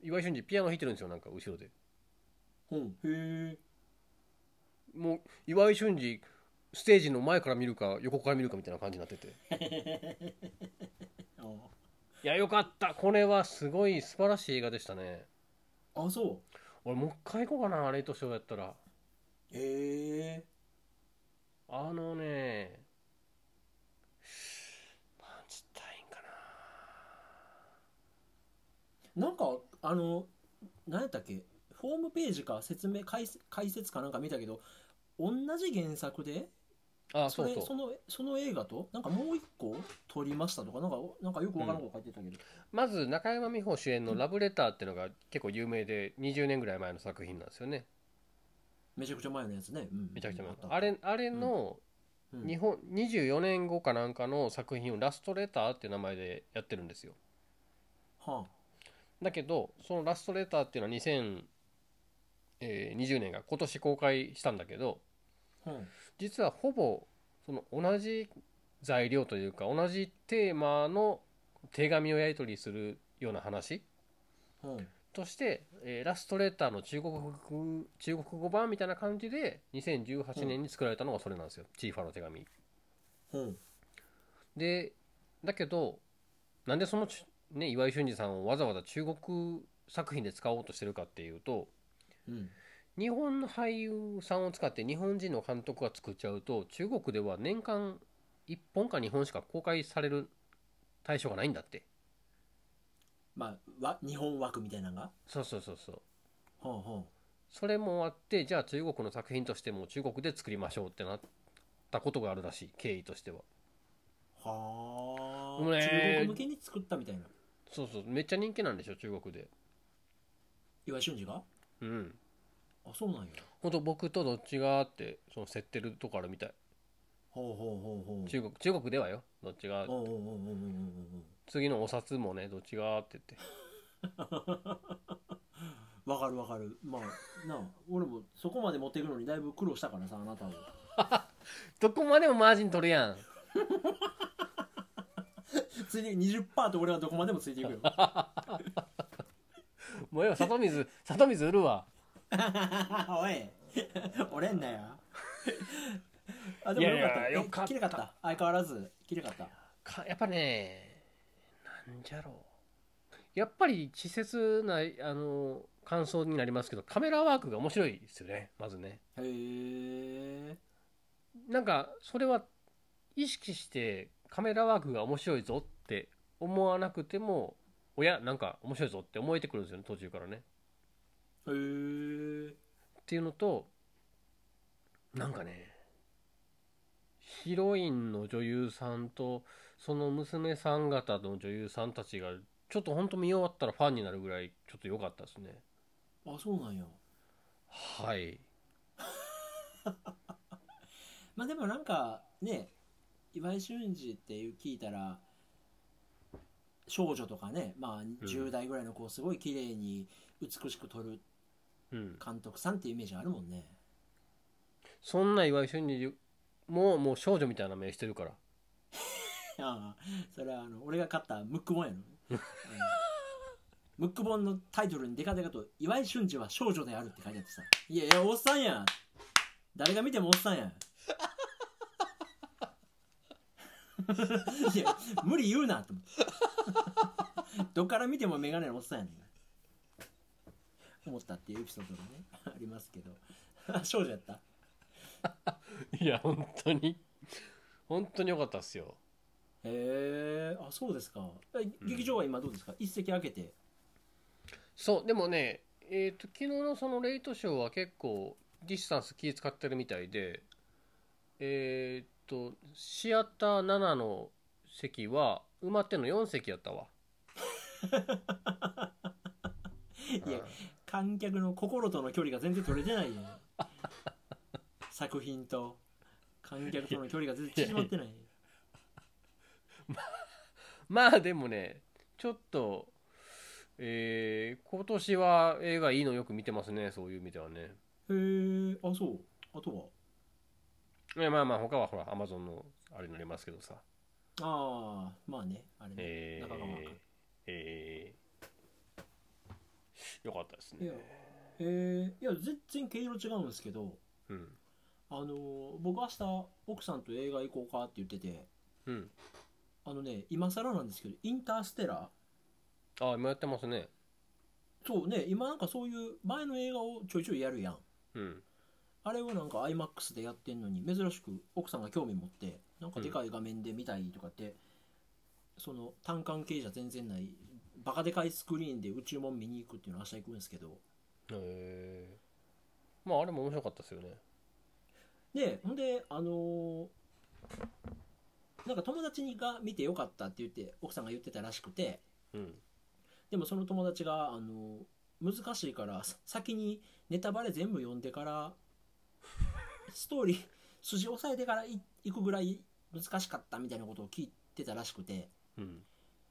S1: 岩井俊二ピアノ弾いてるんですよなんか後ろで
S3: うんへえ
S1: もう岩井俊二ステージの前から見るか横から見るかみたいな感じになってていやよかったこれはすごい素晴らしい映画でしたね
S3: あそ
S1: 俺もう一回行こうかなレイトショーやったら
S3: うへえ
S1: あのねなんつったらいいんか
S3: なんかあの何やったっけホームページか説明解説解説かなんか見たけど同じ原作で
S1: なあ
S3: そ
S1: そう
S3: れ
S1: そう
S3: そのその映画となんかもう一個撮りましたとかなんかなんかよくわからんこと書いてたけど、
S1: まず中山美穂主演の「ラブレター」っていうのが結構有名で20年ぐらい前の作品なんですよね
S3: めちゃくちゃ前のやつね、うん、
S1: めちゃくちゃ前
S3: あった
S1: あれあれの
S3: うん
S1: 日本24年後かなんかの作品を「ラストレター」っていう名前でやってるんですよ
S3: は
S1: だけどその「ラストレター」っていうのは2020年が今年公開したんだけど
S3: あ、うん
S1: 実はほぼその同じ材料というか同じテーマの手紙をやり取りするような話
S3: うん
S1: として、えーラストレーターの中国語中国語版みたいな感じで2018年に作られたのがそれなんですよ、チーファーの手紙。
S3: うん
S1: でだけどなんでそのち、ね、岩井俊二さんをわざわざ中国作品で使おうとしてるかっていうと
S3: うん
S1: 日本の俳優さんを使って日本人の監督が作っちゃうと中国では年間1本か2本しか公開される対象がないんだって
S3: まあわ日本枠みたいなのが
S1: そうそうそうそう
S3: ほんほん
S1: それもあってじゃあ中国の作品としても中国で作りましょうってなったことがあるらしい経緯としては
S3: はあ、
S1: ね
S3: 中
S1: え
S3: 国向けに作ったみたいな
S1: そうそうめっちゃ人気なんでしょ中国で
S3: 岩井俊二が
S1: うん
S3: あそうなんや
S1: ほんと僕とどっちがってその競ってるとこあるみたい
S3: ほうほうほうほう
S1: 中国中国ではよどっちが
S3: おうおうおうおうおうおうおう
S1: 次のお札もねどっちがって言って
S3: わかるわかるまあなあ俺もそこまで持っていくのにだいぶ苦労したからさあなたを
S1: どこまでもマージン取るやん
S3: ついでに20%と俺はどこまでもついていくよ
S1: もうええわ里水里水売るわ
S3: おい折れんなよ あで
S1: い
S3: も
S1: や
S3: よかった
S1: いやよかった
S3: え綺麗かった相変わらず綺麗かった
S1: かやっぱねなんじゃろうやっぱり稚拙なあの感想になりますけどカメラワークが面白いですよねまずね
S3: へえ
S1: なんかそれは意識してカメラワークが面白いぞって思わなくてもおやなんか面白いぞって思えてくるんですよね途中からね
S3: へえ
S1: っていうのとなんかねヒロインの女優さんとその娘さん方の女優さんたちがちょっとほんと見終わったらファンになるぐらいちょっと良かったですね
S3: あそうなんや
S1: はい
S3: まあでもなんかね岩井俊二っていう聞いたら少女とかね、まあ、10代ぐらいの子をすごい綺麗に美しく撮る
S1: うん
S3: 監督さんっていうイメージあるもんね
S1: そんな岩井俊二ももう少女みたいな目してるから
S3: ああそれはあの俺が買ったムック本やろ、うんムック本のタイトルにデカデカと「岩井俊二は少女である」って書いてあってさ「いやいやおっさんやん誰が見てもおっさんやん」いや無理言うなと思ってどっから見ても眼鏡のおっさんやねん思ったっていうエピソードがねありますけど少女やった
S1: いや本当に本当に良かったっすよ
S3: へえあそうですかえ劇場は今どうですか、一席開けて
S1: そうでもねえっ、と昨日のそのレイトショーは結構ディスタンス気使ってるみたいでえっ、とシアター7の席は埋まってんの4席やったわ
S3: いや観客の心との距離が全然取れてない やん作品と観客との距離が全然縮まってない
S1: まあでもねちょっとえー今年は映画いいのよく見てますねそういう意味ではね
S3: へえあそうあとはい
S1: やまあまあ他はほらアマゾンのあれになりますけどさ
S3: ああまあねあれね、
S1: え
S3: 中川君
S1: ー、えーよかったです
S3: い
S1: ね
S3: やえーいや全然毛色違うんですけど
S1: うん
S3: あのー僕明日奥さんと映画行こうかって言ってて
S1: うん
S3: あのね今更なんですけどインターステラ
S1: あ今やってますね
S3: ーそうね今なんかそういう前の映画をちょいちょいやるやん
S1: うん
S3: あれをなんか iMAX でやってんのに珍しく奥さんが興味持ってなんかでかい画面で見たいとかって、その単関係じゃ全然ないバカでかいスクリーンで宇宙もん見に行くっていうのを明日行くんですけど
S1: へえまああれも面白かったですよね
S3: でほんであのーなんか友達が見てよかったって言って奥さんが言ってたらしくて
S1: うん
S3: でもその友達が、あのー難しいからさ先にネタバレ全部読んでからストーリー筋押さえてからい行くぐらい難しかったみたいなことを聞いてたらしくて
S1: うん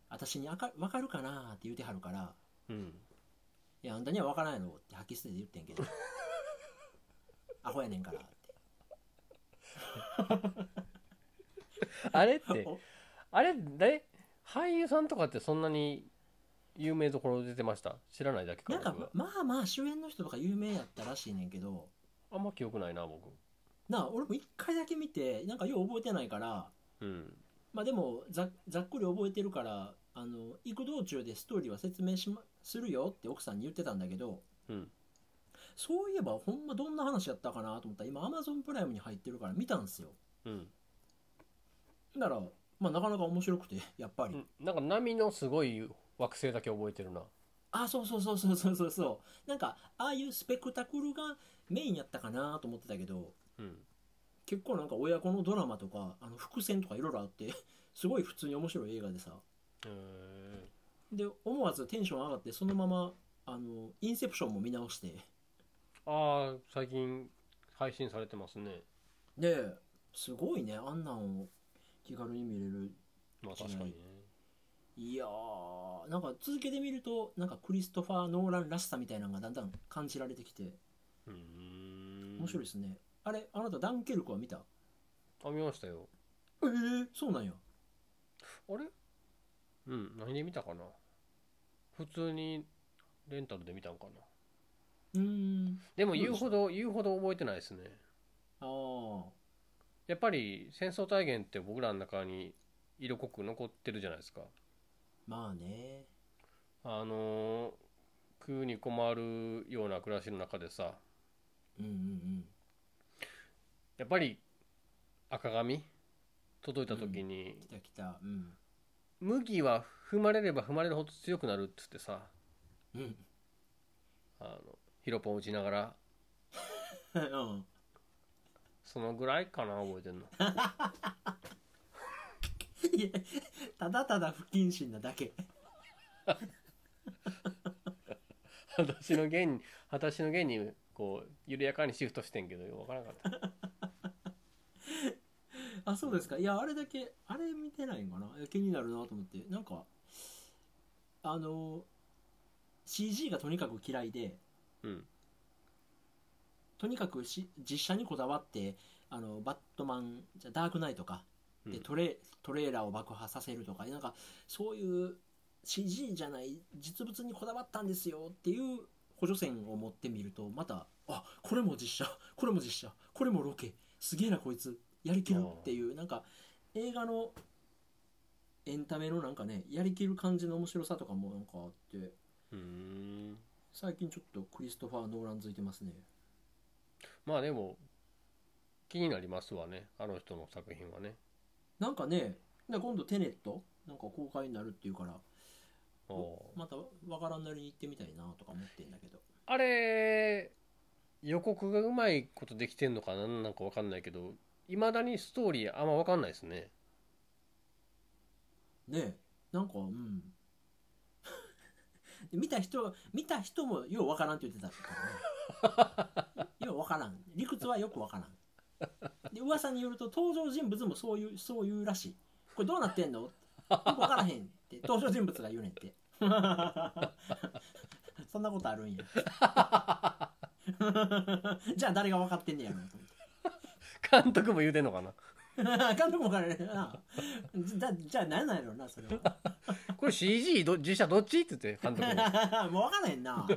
S3: 私にあか分かるかなって言うてはるから
S1: うん
S3: 「いやあんたには 分からないの」って吐き捨てて言ってんけど「アホやねんから」って
S1: あれって
S3: お
S1: あれ誰俳優さんとかってそんなに有名どころ出てました知らないだけか
S3: なんか
S1: 僕は
S3: ままあまあ主演の人とか有名やったらしいねんけど
S1: あんま記憶ないな僕
S3: なあ俺も一回だけ見てなんかよう覚えてないから
S1: うん
S3: まあでもざざっくり覚えてるからあの行く道中でストーリーは説明し、ま、するよって奥さんに言ってたんだけど
S1: うん
S3: そういえばほんまどんな話やったかなと思ったら今 Amazon プライムに入ってるから見たんすよ
S1: うん
S3: ならまあなかなか面白くてやっぱり、
S1: うんなんか波のすごい惑星だけ覚えてるな
S3: あそうそうそうそうそうそうそうなんかああいうスペクタクルがメインやったかなと思ってたけど
S1: うん
S3: 結構なんか親子のドラマとかあの伏線とかいろいろあってすごい普通に面白い映画でさ
S1: へえ
S3: で思わずテンション上がってそのままあのインセプションも見直して
S1: ああ最近配信されてますね
S3: ですごいねあんなんを気軽に見れる
S1: まあ確かにね
S3: いやーなんか続けてみるとなんかクリストファー・ノーランらしさみたいなのがだんだん感じられてきて
S1: うーん
S3: 面白いですね、あれあなたダンケルクは見た
S1: あ見ましたよ
S3: ええそうなんや
S1: あれうん何で見たかな普通にレンタルで見たんかな
S3: うーん
S1: でも
S3: どうで
S1: 言うほど言うほど覚えてないですね
S3: ああ
S1: やっぱり戦争体現って僕らの中に色濃く残ってるじゃないですか
S3: まあね
S1: あのー食うに困るような暮らしの中でさ
S3: うんうんうん
S1: やっぱり赤髪届いた時に、
S3: 来た来たうん
S1: 麦は踏まれれば踏まれるほど強くなるっつってさ
S3: うん
S1: あのヒロポン打ちながら
S3: うん
S1: そのぐらいかな覚えてんの
S3: いやただただ不謹慎なだけ
S1: 私の弦に私の弦にこう緩やかにシフトしてんけどよくわからなかった
S3: あそうですかいやあれだけあれ見てないんかないや気になるなと思ってなんかあの CG がとにかく嫌いで
S1: うん
S3: とにかくし実写にこだわってあのバットマンじゃダークナイトかで
S1: うん
S3: トレトレーラーを爆破させるとかなんかそういう CG じゃない実物にこだわったんですよっていう補助線を持ってみるとまたあこれも実写これも実写これもロケすげえなこいつやりきるっていうなんか映画のエンタメのなんかねやりきる感じの面白さとかもなんかあって
S1: うーん
S3: 最近ちょっとクリストファー・ノーラン付いてますね
S1: まあでも気になりますわねあの人の作品はね
S3: なんかねなんか今度テネットなんか公開になるっていうから
S1: あー
S3: またわからんなりに行ってみたいなとか思ってんだけど
S1: あれ予告がうまいことできてんのかななんかわかんないけどいまだにストーリーあんまわかんないですね
S3: ねえなんかうん で見た人は見た人もようわからんって言ってたからねようわからん理屈はよくわからんで噂によると登場人物もそういうそういうらしいこれどうなってんのよくわからへんって登場人物が言うねんって そんなことあるんや じゃあ誰が分かってんねやろと思って
S1: 監督も言うてんのかな
S3: 監督もからねえなじゃじゃあなんなんやろなそれは
S1: これ CG ど実写どっちって言って監督も、
S3: もう分からへ んな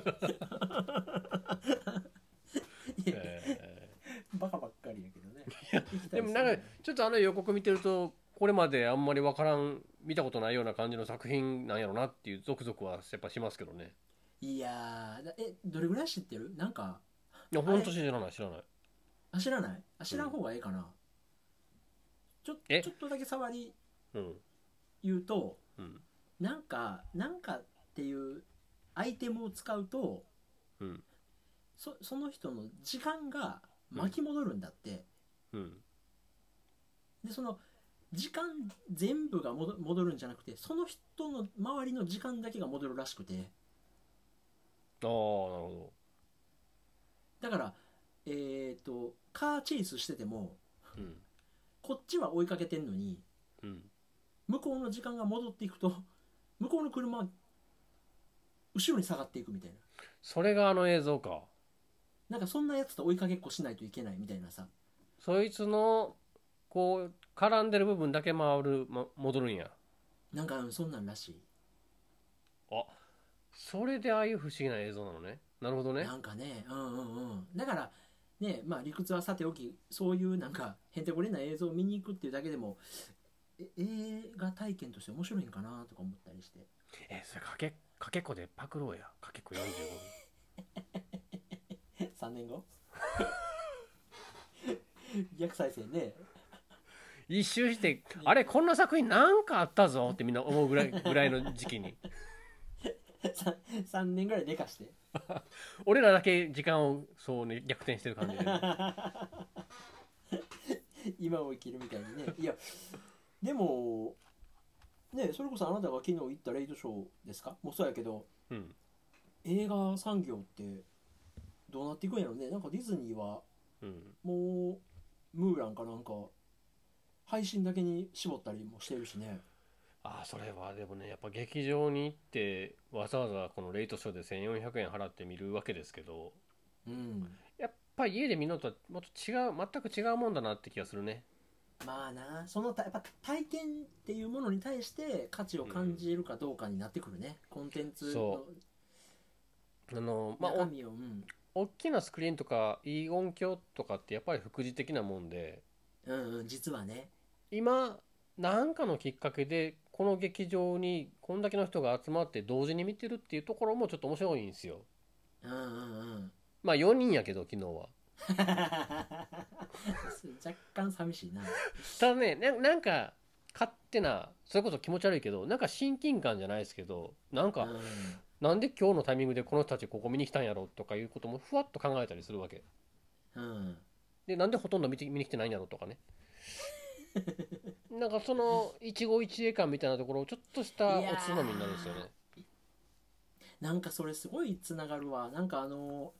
S3: いや
S1: え
S3: バカばっかりやけどね行き
S1: ー
S3: たい
S1: で
S3: っす
S1: も
S3: ね
S1: なんかちょっとあの予告見てるとこれまであんまりわからん見たことないような感じの作品なんやろなっていうゾクゾクはやっぱしますけどね
S3: いやーだえどれぐらい知ってるなんか
S1: いやほんと知らない知らない
S3: あ知らないあ知らん方がええかな、ちょ
S1: え
S3: ちょっとだけ触り
S1: うん
S3: 言うと
S1: うん
S3: なんかなんかっていうアイテムを使うと
S1: うん
S3: そその人の時間が巻き戻るんだって、
S1: うん
S3: でその時間全部が戻戻るんじゃなくてその人の周りの時間だけが戻るらしくて
S1: ああなるほ
S3: だからえっ、とカーチェイスしてても
S1: どうん
S3: こっちは追いかけてんのに
S1: うん
S3: 向こうの時間が戻っていくと 向こうの車は後ろに下がっていくみたいな
S1: それがあの映像か
S3: なんかそんなやつと追いかけっこしないといけないみたいなさ
S1: そいつのこう絡んでる部分だけ回る、ま、戻るんや
S3: なんかうんそんなんらし
S1: あそれでああいう不思議な映像なのねなるほど
S3: い、
S1: ね
S3: なんかねうんうんうんだからねまあ理屈はさておきそういうなんかへんてこりんな映像を見に行くっていうだけでもえ映画体験として面白いんかなとか思ったりして
S1: えそれかけかけっこでパクろうやかけっこ45分
S3: 3年後逆再生ね
S1: 一周してあれこんな作品なんかあったぞってみんな思うぐらいぐらいの時期に
S3: さ3年ぐらいでかして
S1: 俺らだけ時間をそうね逆転してる感 じで
S3: 今を生きるみたいにねいやでもねそれこそあなたが昨日行ったレイトショーですかもうそうやけど
S1: うん
S3: 映画産業ってどうなっていくんやろねなんかディズニーは
S1: うん
S3: もうムーランかなんか配信だけに絞ったりもしてるしね
S1: ああそれはでもねやっぱ劇場に行ってわざわざこのレイトショーで1400円払って見るわけですけど
S3: うん
S1: やっぱり家で見るのとはもっと違う全く違うもんだなって気がするね
S3: まあなそのたやっぱ体験っていうものに対して価値を感じるかどうかになってくるね、コンテンツの
S1: そあのまあ
S3: 中身を、うん
S1: お大きなスクリーンとかいい音響とかってやっぱり副次的なもんで
S3: うんうん実はね
S1: 今何かのきっかけでこの劇場にこんだけの人が集まって同時に見てるっていうところもちょっと面白いんですよ
S3: うんうんうん
S1: まあ4人やけど昨日は
S3: 若干寂しいな
S1: ただねななんか勝手なそれこそ気持ち悪いけどなんか親近感じゃないですけどなんか、
S3: うん
S1: なんで今日のタイミングでこの人たちここ見に来たんやろうとかいうこともふわっと考えたりするわけ
S3: うん
S1: でなんでほとんど見て見に来てないんやろうとかねなんかその一期一会感みたいなところをちょっとしたおつまみになるんですよね
S3: なんかそれすごいつながるわなんかあの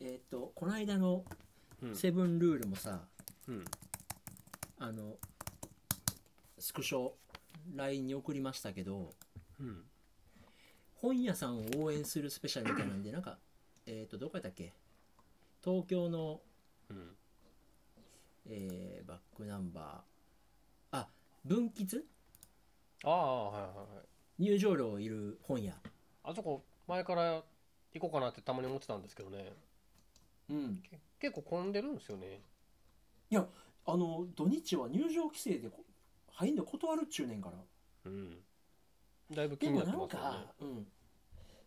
S3: えっ、とこの間の
S1: う
S3: 「
S1: ん
S3: セブンルール」もさ、
S1: うん
S3: あのスクショ LINE に送りましたけど
S1: うん
S3: 本屋さんを応援するスペシャルみたいなんでなんかえっ、とどこやったっけ東京の、
S1: うん
S3: えーバックナンバーあ文吉
S1: ああはいはいはい
S3: 入場料いる本屋
S1: あそこ前から行こうかなってたまに思ってたんですけどね
S3: うん
S1: け結構混んでるんですよね
S3: あの土日は入場規制でこ入んの断るっちゅうねんから
S1: うんだいぶ気
S3: で
S1: にな
S3: も
S1: って
S3: な
S1: ま
S3: ん
S1: すよ
S3: か
S1: ね、
S3: うん、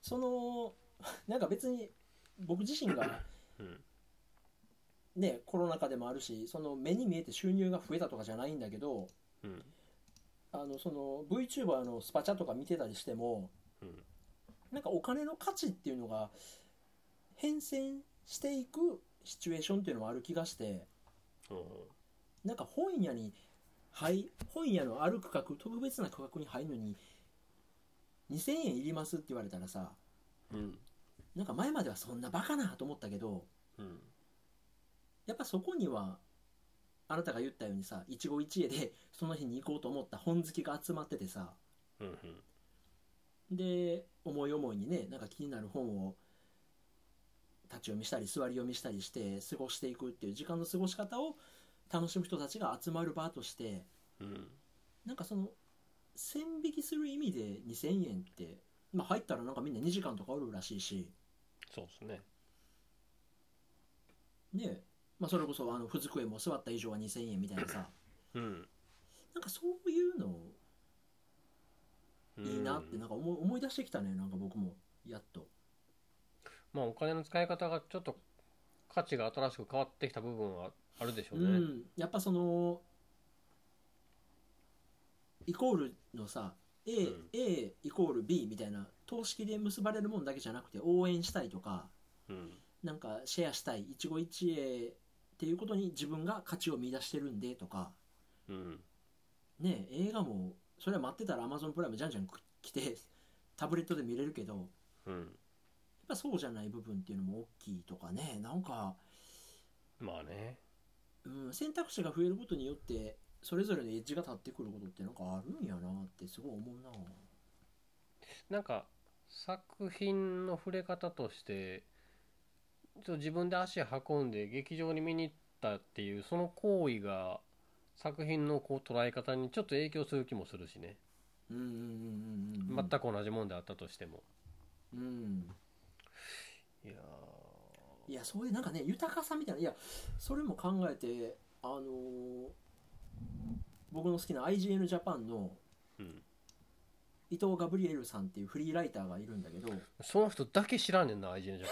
S3: その なんか別に僕自身が
S1: うん
S3: ねコロナ禍でもあるしその目に見えて収入が増えたとかじゃないんだけど
S1: うん
S3: あのその VTuber のスパチャとか見てたりしても
S1: うん
S3: なんかお金の価値っていうのが変遷していくシチュエーションっていうのもある気がして
S1: うん
S3: なんか本屋に入本屋のある区画特別な区画に入るのに2000円いりますって言われたらさ
S1: うん
S3: なんか前まではそんなバカなと思ったけど
S1: うん
S3: やっぱそこにはあなたが言ったようにさ一期一会でその日に行こうと思った本好きが集まっててさ
S1: うん
S3: で思い思いにねなんか気になる本を立ち読みしたり座り読みしたりして過ごしていくっていう時間の過ごし方を楽しむ人たちが集まる場として
S1: うん
S3: なんかその線引きする意味で2,000円って、まあ、入ったらなんかみんな2時間とかおるらしいし
S1: そうですね
S3: ねまあ、それこそあの不机も座った以上は2,000円みたいなさ
S1: うん
S3: なんかそういうの
S1: うん
S3: いいなってなんか思い思い出してきたねなんか僕もやっと
S1: まあお金の使い方がちょっと価値が新しく変わってきた部分はあるでしょう
S3: う
S1: ね、
S3: ん、やっぱそのイコールのさ A,、
S1: うん
S3: A イコール B みたいな等式で結ばれるもんだけじゃなくて応援したいとか
S1: うん
S3: なんかシェアしたい一期一会っていうことに自分が価値を見出してるんでとか
S1: うん
S3: ね映画もそれは待ってたら Amazon プライムじゃんじゃんく来てタブレットで見れるけどやっ
S1: うん
S3: ぱそうじゃない部分っていうのも大きいとかねなんか、
S1: まあね
S3: うん、選択肢が増えることによってそれぞれのエッジが立ってくることってなんかあるんやなってすごい思うな
S1: なんか作品の触れ方としてちょっと自分で足運んで劇場に見に行ったっていうその行為が作品のこう捉え方にちょっと影響する気もするしね
S3: うんうんうんうんうん
S1: 全く同じもんであったとしても、
S3: うん
S1: いや
S3: いやそういうなんかね豊かさみたいないやそれも考えてあのー僕の好きな IGN ジャパンの
S1: ーうん
S3: 伊藤ガブリエルさんっていうフリーライターがいるんだけど
S1: その人だけ知らんねんな IGN ジャパ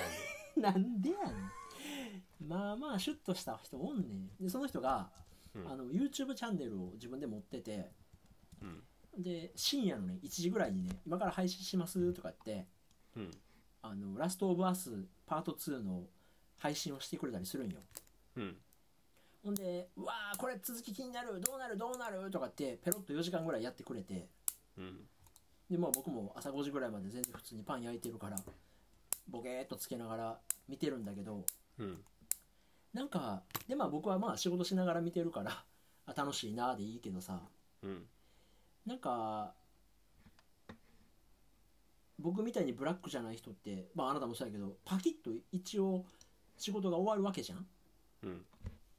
S1: ンで
S3: なんでやねんまあまあシュッとした人おんねんでその人が、
S1: うん
S3: あの YouTube チャンネルを自分で持ってて
S1: うん
S3: で深夜のね1時ぐらいにね今から配信しますとか言って
S1: うん
S3: あのラストオブアスパート2の配信をしてくれたりするんよ
S1: うん
S3: ほんで「うわーこれ続き気になるどうなるどうなる」とかってペロッと4時間ぐらいやってくれて
S1: うん
S3: でまあ僕も朝5時ぐらいまで全然普通にパン焼いてるからボケーっとつけながら見てるんだけど
S1: うん
S3: なんかでまあ僕はまあ仕事しながら見てるからあ楽しいなーでいいけどさ
S1: うん
S3: なんか僕みたいにブラックじゃない人ってまああなたもそうやけどパキッと一応仕事が終わるわけじゃん
S1: うん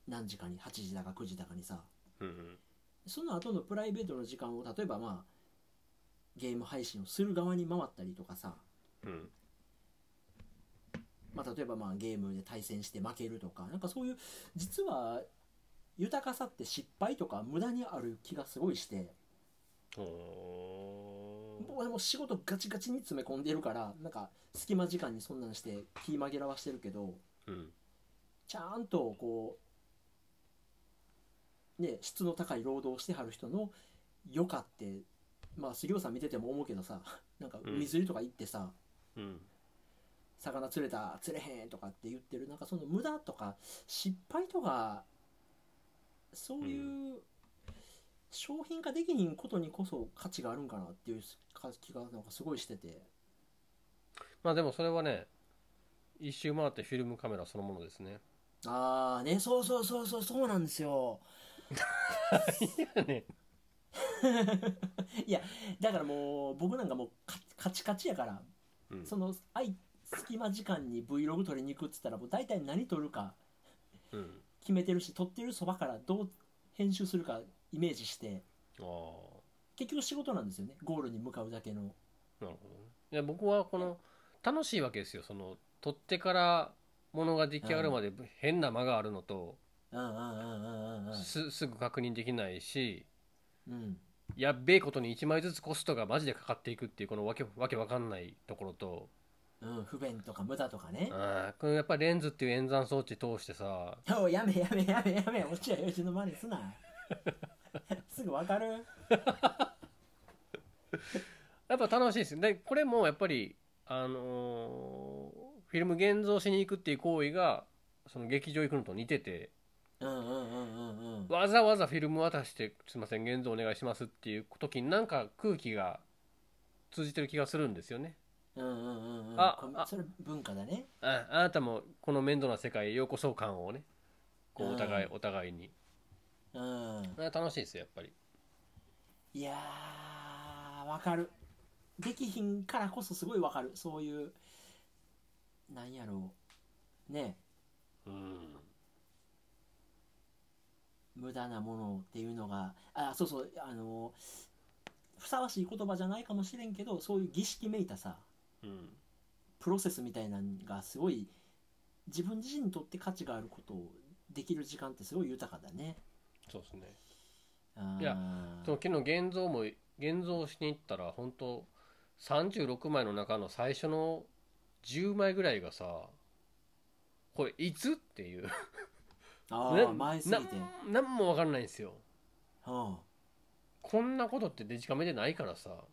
S3: 何時かに8時だか9時だかにさ
S1: うん
S3: その後のプライベートの時間を例えばまあゲーム配信をする側に回ったりとかさ、
S1: うん
S3: まあ、例えばまあゲームで対戦して負けるとかなんかそういう実は豊かさって失敗とか無駄にある気がすごいして
S1: おー
S3: 僕はもう仕事ガチガチに詰め込んでるからなんか隙間時間にそんなんして気紛らわしてるけど
S1: うん
S3: ちゃんとこうね質の高い労働をしてはる人の余暇ってまあ杉尾さん見てても思うけどさ なんか海釣りとか行ってさ、
S1: うん
S3: 魚釣れた釣れへんとかって言ってるなんかその無駄とか失敗とかそういう商品化できひんことにこそ価値があるんかなっていう気がなんかすごいしてて
S1: まあでもそれはね一周回ってフィルムカメラそのものですね
S3: ああねそうそうそうそうそうなんですよ
S1: ね
S3: だからもう僕なんかもうカカチカチやから
S1: うん
S3: そのあい隙間時間に Vlog 撮りに行くっつったらもう大体何撮るか
S1: うん
S3: 決めてるし撮ってるそばからどう編集するかイメージして
S1: ああ
S3: 結局仕事なんですよねゴールに向かうだけの
S1: なるほどねいや僕はこの楽しいわけですよその撮ってからものが出来上がるまで変な間があるのと
S3: うんうんうんうんうん
S1: すすぐ確認できないし
S3: うん
S1: やっべえことに1枚ずつコストがマジでかかっていくっていうこのわけわけわかんないところと
S3: うん不便とか無駄とかね
S1: あーこのやっぱりレンズっていう演算装置通してさ
S3: おいやめやめやめやめ落合陽一の真似すなすぐわかる
S1: やっぱ楽しいですでこれもやっぱりあのーフィルム現像しに行くっていう行為がその劇場行くのと似てて
S3: うんうんうんうんうん
S1: わざわざフィルム渡して「すいません現像お願いします」っていう時になんか空気が通じてる気がするんですよね。
S3: うんうんうんうん
S1: あ
S3: こ
S1: あ
S3: それ文化だね
S1: ああなたもこの面倒な世界へようこそ感をねこうお互い、
S3: う
S1: お互いに
S3: うん
S1: あ楽しいですよやっぱり
S3: いやーわかるできひんからこそすごいわかるそういうなんやろうね
S1: うん
S3: 無駄なものっていうのがあそうそうあのふさわしい言葉じゃないかもしれんけどそういう儀式めいたさ
S1: うん
S3: プロセスみたいなのがすごい自分自身にとって価値があることをできる時間ってすごい豊かだね。
S1: そうですね
S3: あー
S1: いやそう昨日現像も現像しに行ったら本当36枚の中の最初の10枚ぐらいがさこれいつっていう
S3: あー
S1: な
S3: 前すぎて。
S1: ななんも分かんないんですよ
S3: うん
S1: こんなことってデジカメでないからさ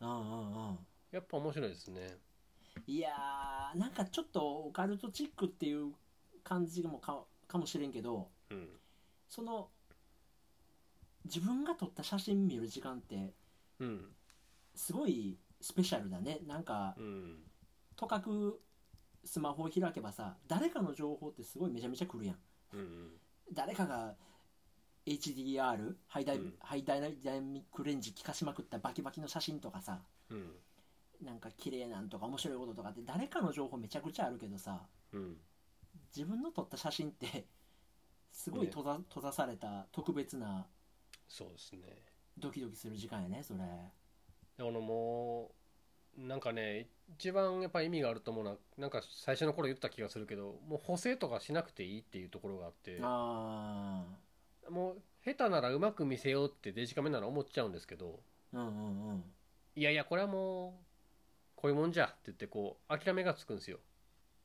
S3: うんうんうん
S1: やっぱ面白いですね
S3: いやーなんかちょっとオカルトチックっていう感じもかかもしれんけど
S1: うん
S3: その自分が撮った写真見る時間って
S1: うん
S3: すごいスペシャルだねなんか
S1: うん
S3: とかくスマホを開けばさ誰かの情報ってすごいめちゃめちゃ来るやん
S1: うん
S3: 誰かが HDR ハイダイ,、
S1: うん
S3: ハイダイナミックレンジ効かしまくったバキバキの写真とかさ
S1: うん
S3: なんか綺麗なんとか面白いこととかって誰かの情報めちゃくちゃあるけどさ
S1: うん
S3: 自分の撮った写真ってすごい閉ざ,、閉ざされた特別な
S1: そうですね
S3: ドキドキする時間やねそれ
S1: だからもうなんかね一番やっぱ意味があると思うのはなんか最初の頃言った気がするけどもう補正とかしなくていいっていうところがあって
S3: あ
S1: もう下手ならうまく見せようってデジカメなら思っちゃうんですけど
S3: あうんうんうん
S1: いやいやこれはもうこういうもんじゃって言ってこう諦めがつくんですよ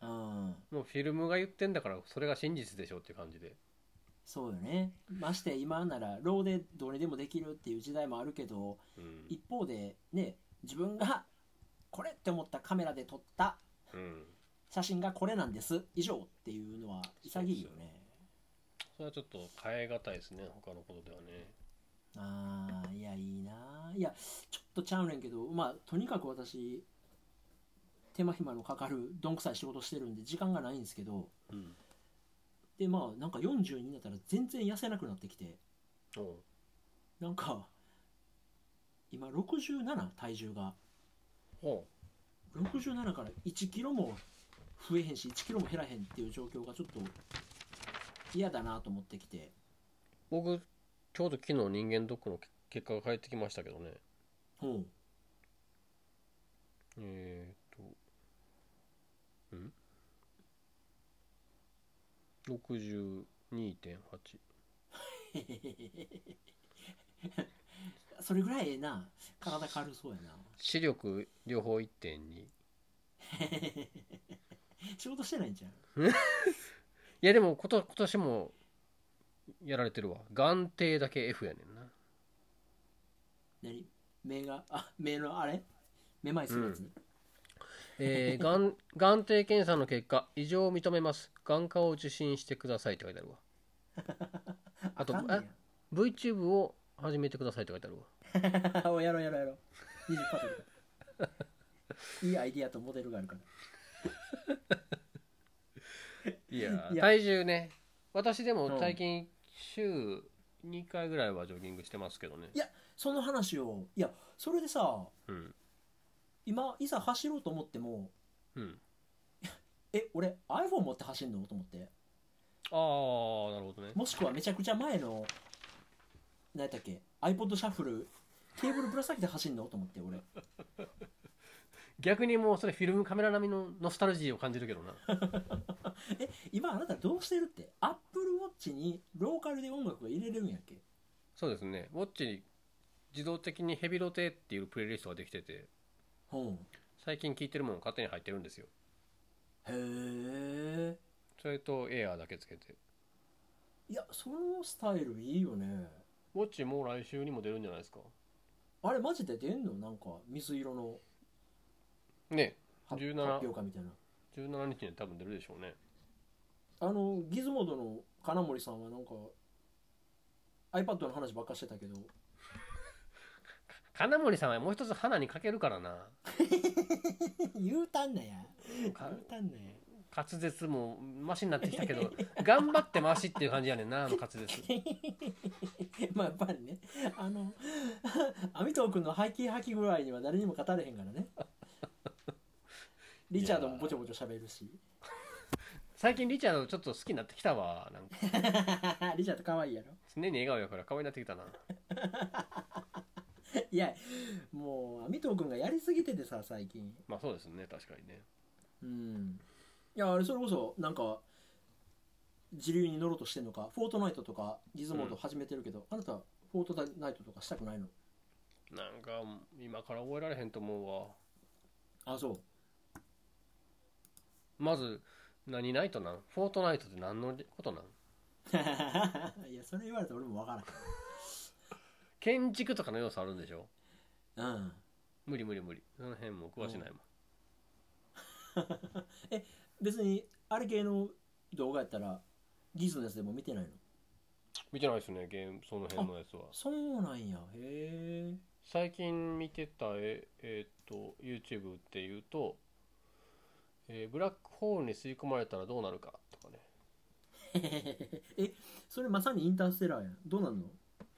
S3: うん
S1: もうフィルムが言ってんだからそれが真実でしょっていう感じで
S3: そうよねまして今ならローでどれでもできるっていう時代もあるけど
S1: うん
S3: 一方でね自分がこれって思ったカメラで撮った
S1: うん
S3: 写真がこれなんです以上っていうのは潔いよね
S1: それはちょっと変え難いですね他のことではね
S3: ああいやいいないやちょっとちゃうねんけどまあとにかく私手間暇のかかるどんくさい仕事してるんで時間がないんですけど
S1: うん
S3: でまあなんか40になったら全然痩せなくなってきて
S1: おう
S3: なんか今67体重が
S1: ほ
S3: 67から1キロも増えへんし1キロも減らへんっていう状況がちょっと嫌だなと思ってきて
S1: う僕ちょうど昨日人間ドックの結果が返ってきましたけどね
S3: ほう
S1: えー、っとん ?62.8
S3: それぐらいええな体軽そうやな
S1: 視力両方1.2い
S3: 仕事してないんじゃん
S1: やでもこと今年もやられてるわ眼底だけ F やねんな
S3: 何目が あ目のあれめまいするやつ、
S1: うえ ー、眼眼底検査の結果異常を認めます眼科を受診してくださいって書いて あるわあと
S3: かんね
S1: VTube を始めてくださいって書いてあるわ
S3: や おやろうやろうやろう20パートいいアイディアとモデルがあるから
S1: いや
S3: いや
S1: 体重ね私で
S3: う
S1: も
S3: ん
S1: 最近週2回ぐらいはジョギングしてますけどね
S3: いやその話をいやそれでさ
S1: うん
S3: 今いざ走ろうと思っても
S1: うん
S3: え俺 iPhone 持って走んのと思って
S1: ああなるほどね
S3: もしくはめちゃくちゃ前の何やったっけ iPod シャッフルケーブルぶら下げて走んのと思って俺
S1: 逆にもうそれフィルムカメラ並みのノスタルジーを感じるけどな
S3: え今あなたどうしてるってアップルウォッチにローカルで音楽が入れれるんやっけ
S1: そうですねウォッチに自動的にヘビロテっていうプレイリストができてて
S3: うん
S1: 最近聴いてるもの勝手に入ってるんですよ
S3: へえ
S1: それとエアーだけつけて
S3: いやそのスタイルいいよね
S1: ウォッチもう来週にも出るんじゃないですか
S3: あれマジで出んのなんか水色の
S1: ね
S3: は発
S1: 17
S3: 表会みたいな
S1: 17日に多分出るでしょうね
S3: あのギズモードの金森さんはなんか iPad の話ばっかしてたけど
S1: 金森さんはもう一つ花にかけるからな
S3: 言うたんなや
S1: か
S3: 言うたんなや
S1: 滑舌もマシになってきたけど頑張ってマシっていう感じやねんなあの滑舌
S3: まあやっぱりねあの アミトー君の吐き吐き具合には誰にも語れへんからねリチャードもぼちょぼちょ喋る し
S1: 最近リチャードちょっと好きになってきたわなんか
S3: リチャード可愛いやろ
S1: 常に笑顔やから可愛いなってきたない
S3: やもうアミトー君がやりすぎててさ最近
S1: まあそうですね確かにね
S3: うんいやあれそれこそなんか自流に乗ろうとしてんのかフォートナイトとかギズモード始めてるけど、あなたフォートナイトとかしたくないの
S1: なんか今から覚えられへんと思うわ
S3: あそう
S1: まず何ナイトなんフォートナイトって何のことなん
S3: いやそれ言われたら俺もわか
S1: 建築とかの要素あるんでしょ
S3: らんうん
S1: 無理無理無理その辺も詳しないもん
S3: 別にあれ系の動画やったらギズのやつでも見てないの
S1: 見てないですねゲームその辺のやつは
S3: そうなんやへえ
S1: 最近見てたえ、えーっと YouTube っていうと、えーブラックホールに吸い込まれたらどうなるか」とかね
S3: えそれまさにインターステラーやんどうなんの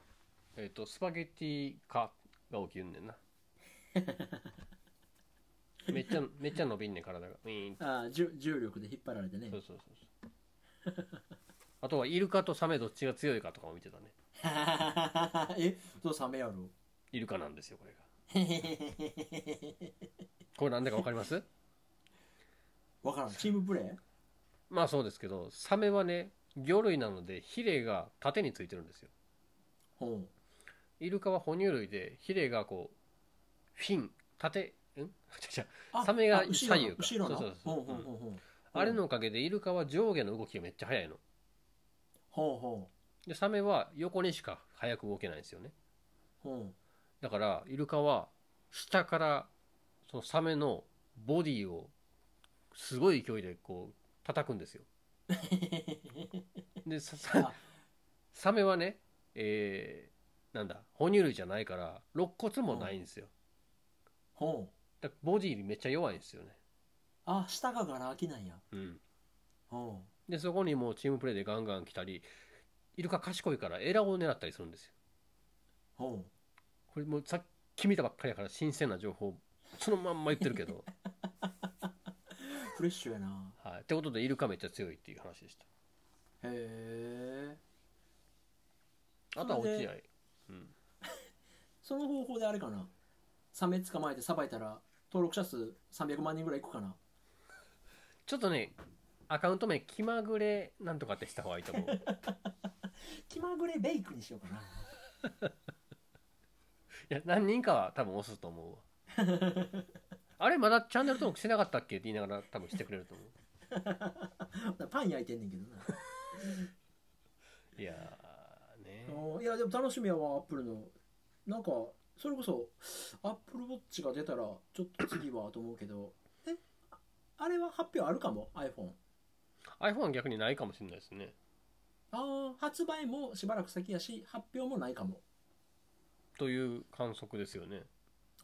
S1: 「えーっとスパゲッティ化」が起きるんね んなめっちゃめっちゃ伸びんねん体がウィーンって
S3: ああ重重力で引っ張られてね
S1: そうそうそうそうあとはイルカとサメどっちが強いかとかも見てたね
S3: えどうサメや ろ
S1: イルカなんですよこれがこれなんだかわかります
S3: わからんチームプレー
S1: まあそうですけどサメはね魚類なのでヒレが縦についてるんですよ
S3: ほう
S1: イルカは哺乳類でヒレがこうフィン縦ん 違う違う
S3: あ
S1: サメが
S3: あ後ろの
S1: 左右か
S3: 後ろの
S1: そうそうそう
S3: ほうほうほうほう
S1: あれのおかげでイルカは上下の動きがめっちゃ速いの
S3: ほうほ
S1: でサメは横にしか速く動けないんですよね
S3: うほう
S1: だからイルカは下からそのサメのボディをすごい勢いでこう叩くんですよでささ
S3: あ
S1: サメはねえーなんだ哺乳類じゃないから肋骨もないんですよ
S3: ほう
S1: だからボディにめっちゃ弱いんですよね
S3: あ下がガラ空きなんや
S1: うん
S3: ほう
S1: でそこにもうチームプレーでガンガン来たりイルカ賢いからエラを狙ったりするんですよ
S3: ほ
S1: これもうさっき見たばっかりやから新鮮な情報そのまんま言ってるけ ど、
S3: うフレッシュやな
S1: はい、ってことでイルカめっちゃ強いっていう話でし
S3: へえ
S1: たあとは
S3: それ
S1: 落
S3: で
S1: 合うん
S3: その方法であれかなサメ捕まえてさばいたら登録者数300万人ぐらいいくかな
S1: ちょっとねアカウント名気まぐれなんとかってした方がいいと 思うい
S3: 気まぐれベイクにしようかな
S1: や何人かは多分押すと思うわ あれまだチャンネル登録してなかったっけって言いながら多分してくれると思
S3: パン焼いてんねんけどな
S1: ういやーね
S3: あーいやでも楽しみやわアップルのなんかそれこそアップルウォッチが出たらちょっと次はと思うけどえああれは発表あるかも iPhone
S1: iPhone は逆にないかもしれないですね
S3: ああ発売もしばらく先やし発表もないかも
S1: という観測ですよね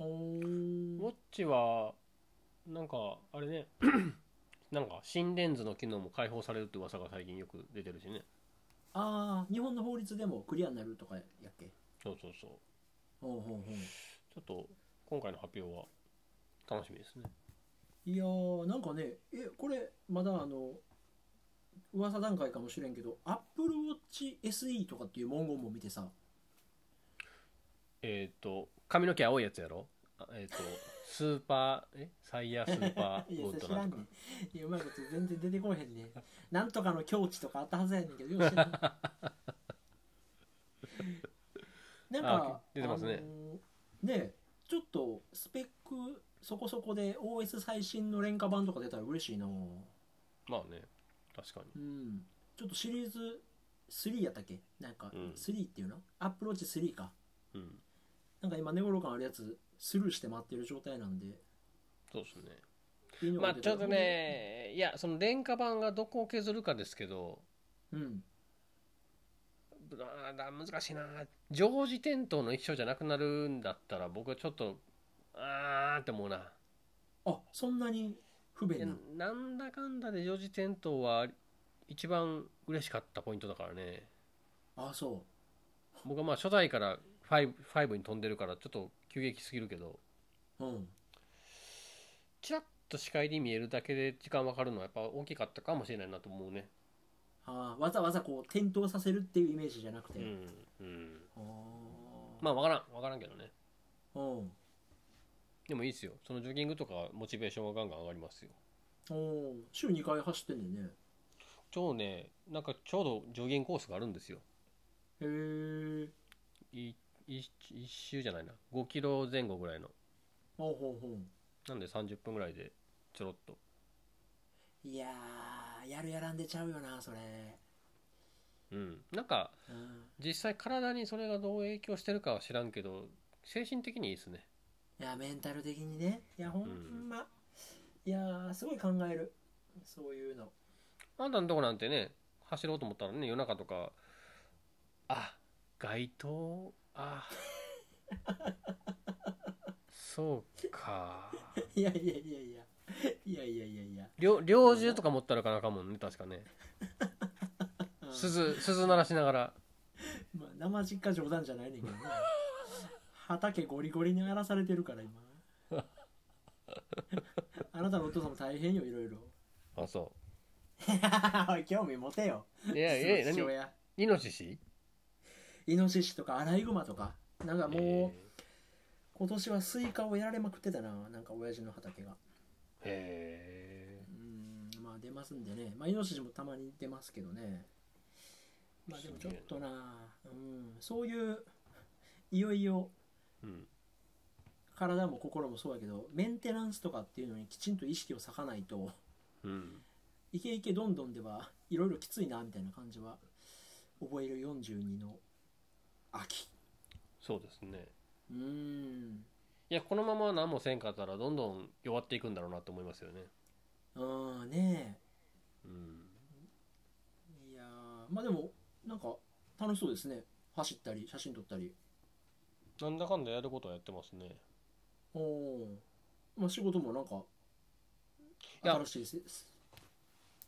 S3: お
S1: ウォッチはなんかあれね なんか新レンズの機能も解放されるって噂が最近よく出てるしね
S3: ああ日本の法律でもクリアになるとかやっけ
S1: そうそうそう
S3: ほうほうほう
S1: ちょっと今回の発表は楽しみですね
S3: いやーなんかねえこれまだあの噂段階かもしれんけど AppleWatchSE とかっていう文言も見てさ
S1: えっ、と髪の毛青いやつやろあえっ、とスーパーえサイヤースーパ
S3: い
S1: ー
S3: や
S1: ゴ
S3: そ
S1: ッ
S3: れ
S1: ド
S3: 知
S1: な
S3: ら
S1: ん
S3: ん
S1: と
S3: ね
S1: か
S3: んいやうまいこと全然出てこへんねなんとかの境地とかあったはずやねんけどよう知らんなん
S1: あ
S3: か
S1: 出てますね
S3: あのーねえちょっとスペックそこそこで OS 最新の廉価版とか出たら嬉しいな
S1: まあね確かに
S3: うんちょっとシリーズ3やったっけなんか
S1: うん
S3: 3っていうの、アップローチ3か
S1: うん
S3: なんか今根頃感あるやつスルーして待ってる状態なんで
S1: そうですね
S3: いいの
S1: まあ
S3: が出
S1: ち
S3: た
S1: ょ
S3: ら
S1: っとねいやその廉価版がどこを削るかですけど
S3: うん
S1: あー難しいな常時点灯の一生じゃなくなるんだったら僕はちょっとあーって思うな、
S3: あそんなに不
S1: いや
S3: 便
S1: な
S3: な
S1: んだかんだで常時点灯は一番嬉しかったポイントだからね
S3: あそう
S1: 僕はまあ初代から 5, 5に飛んでるからちょっと急激すぎるけど
S3: うん、
S1: ちらっと視界に見えるだけで時間わかるのはやっぱ大きかったかもしれないなと思うね
S3: あーわざわざこう転倒させるっていうイメージじゃなくて、
S1: う
S3: あ
S1: んうん
S3: あ
S1: まあわからんわからんけどね
S3: ーうん
S1: でもいいですよそのジョギングとかモチベーションはガンガン上がりますよ
S3: おー週2回走ってんねんね
S1: 超ねなんかちょうどジョギングコースがあるんですよ
S3: へえ
S1: い一一周じゃないな5キロ前後ぐらいの
S3: ほうほうほ
S1: なんで30分ぐらいでちょろっと
S3: ういやーやるやらんでちゃうよなそれ
S1: うんなんか
S3: うん
S1: 実際体にそれがどう影響してるかは知らんけど精神的にいいですね
S3: いやメンタル的にねいやほんま、いやーすごい考えるそういうの
S1: あんたのとこなんてね走ろうと思ったらね夜中とかあ街灯あそうか
S3: いやいやいやいやいやいやいやいや、
S1: 猟猟銃とか持ったらかなあかんもんね確かね
S3: うん
S1: 鈴鈴鳴らしながら
S3: まあ、生実家冗談じゃないねんけどな畑ゴリゴリに荒らされてるから今 あなたのお父さんも大変よいろい ろ
S1: あそ
S3: 興味持てよ
S1: ういやいや
S3: 父
S1: 何
S3: 親
S1: イノシシ
S3: イノシシとかアライグマとかなんかもう、
S1: え
S3: 今年はスイカをやられまくってたななんか親父の畑が
S1: ーえ
S3: うんまあ出ますんでねまあイノシシもたまに出ますけどねまあでもちょっとなうんそういういよいよ
S1: ーうん
S3: 体も心もそうやけどメンテナンスとかっていうのにきちんと意識を割かないと
S1: うん
S3: イケイケどんどんではいろいろきついなみたいな感じは覚える42の秋
S1: そうですね
S3: うん
S1: いやこのまま何もせんかったらどんどん弱っていくんだろうなと思いますよね
S3: うんね
S1: うん
S3: えいやーまあでもなんか楽しそうですね走ったり写真撮ったり
S1: なんだかんだやることはやってますね
S3: おおまあ仕事もなんか
S1: いや
S3: 新しいです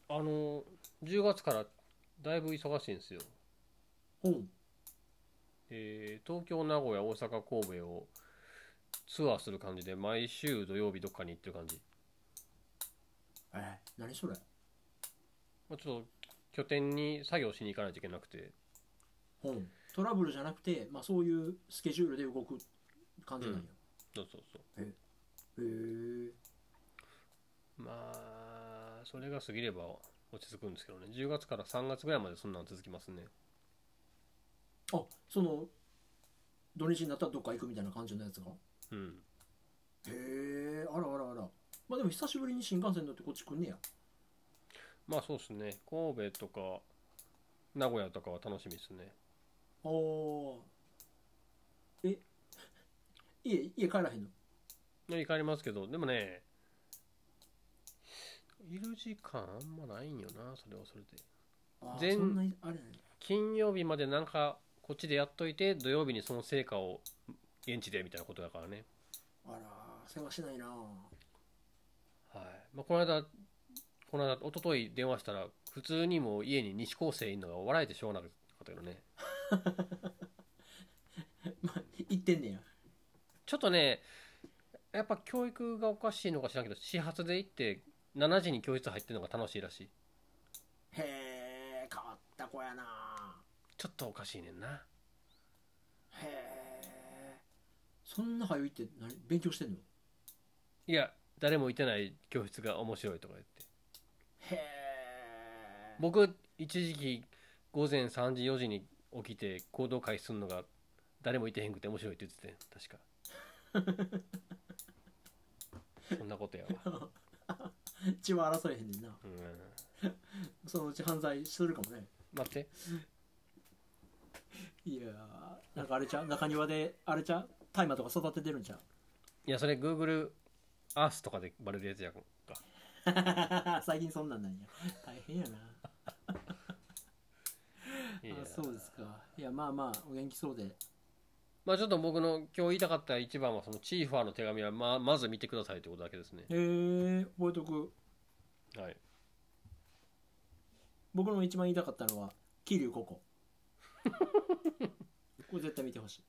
S1: あの10月からだいぶ忙しいんですよ
S3: うん
S1: えー東京名古屋大阪神戸をツアーする感じで毎週土曜日どっかに行ってる感じ
S3: え何それ
S1: まあちょっと拠点に作業しに行かないといけなくて
S3: うんトラブルじゃなくて、まあ、そういうスケジュールで動く感じなんよ、
S1: そうそうそう
S3: へえ
S1: まあそれが過ぎれば落ち着くんですけどね10月から3月ぐらいまでそんなの続きますね
S3: あその土日になったらどっか行くみたいな感じのやつが
S1: うん
S3: へえあらあらあらまあでも久しぶりに新幹線乗ってこっち来んねや
S1: まあそうですね神戸とか名古屋とかは楽しみですね
S3: あーえ家家帰らへんの
S1: で行かれますけどでもねいる時間あんまないんよなそれはそれで
S3: あー
S1: 全
S3: そんなあれなんや
S1: 金曜日までなんかこっちでやっといて土曜日にその成果を現地でみたいなことだからね、
S3: あら世話しないな
S1: はいまあ、この間この間一昨日電話したら普通にもう家に西高生いるのが笑えてしょうがなかったけどね
S3: まあ行ってんねや
S1: ちょっとねやっぱ教育がおかしいのか知らんけど始発で行って7時に教室入ってるのが楽しいらしい
S3: へえ変わった子やな
S1: ちょっとおかしいねんな
S3: へえそんな早いって何勉強してんの
S1: いや誰もいてない教室が面白いとか言って
S3: へえ
S1: 僕一時期午前3時4時に起きて行動開始するのが誰もいてへんくて面白いって言ってたよ確かそんなことやわ
S3: 血は争えへんねんな
S1: うん
S3: そのうち犯罪するかもね
S1: 待って
S3: いやーなんかあれちゃう中庭であれちゃう大麻とか育ててるんちゃう
S1: いやそれ Google アースとかでバレるやつやんか
S3: 最近そんなんなんや大変やない
S1: や
S3: あそうですかいやまあまあお元気そうで
S1: まあちょっと僕の今日言いたかった一番はそのチーファーの手紙はまあまず見てくださいってことだけですね
S3: へえ覚えとく
S1: はい
S3: 僕の一番言いたかったのは桐生ココ これ絶対見てほしい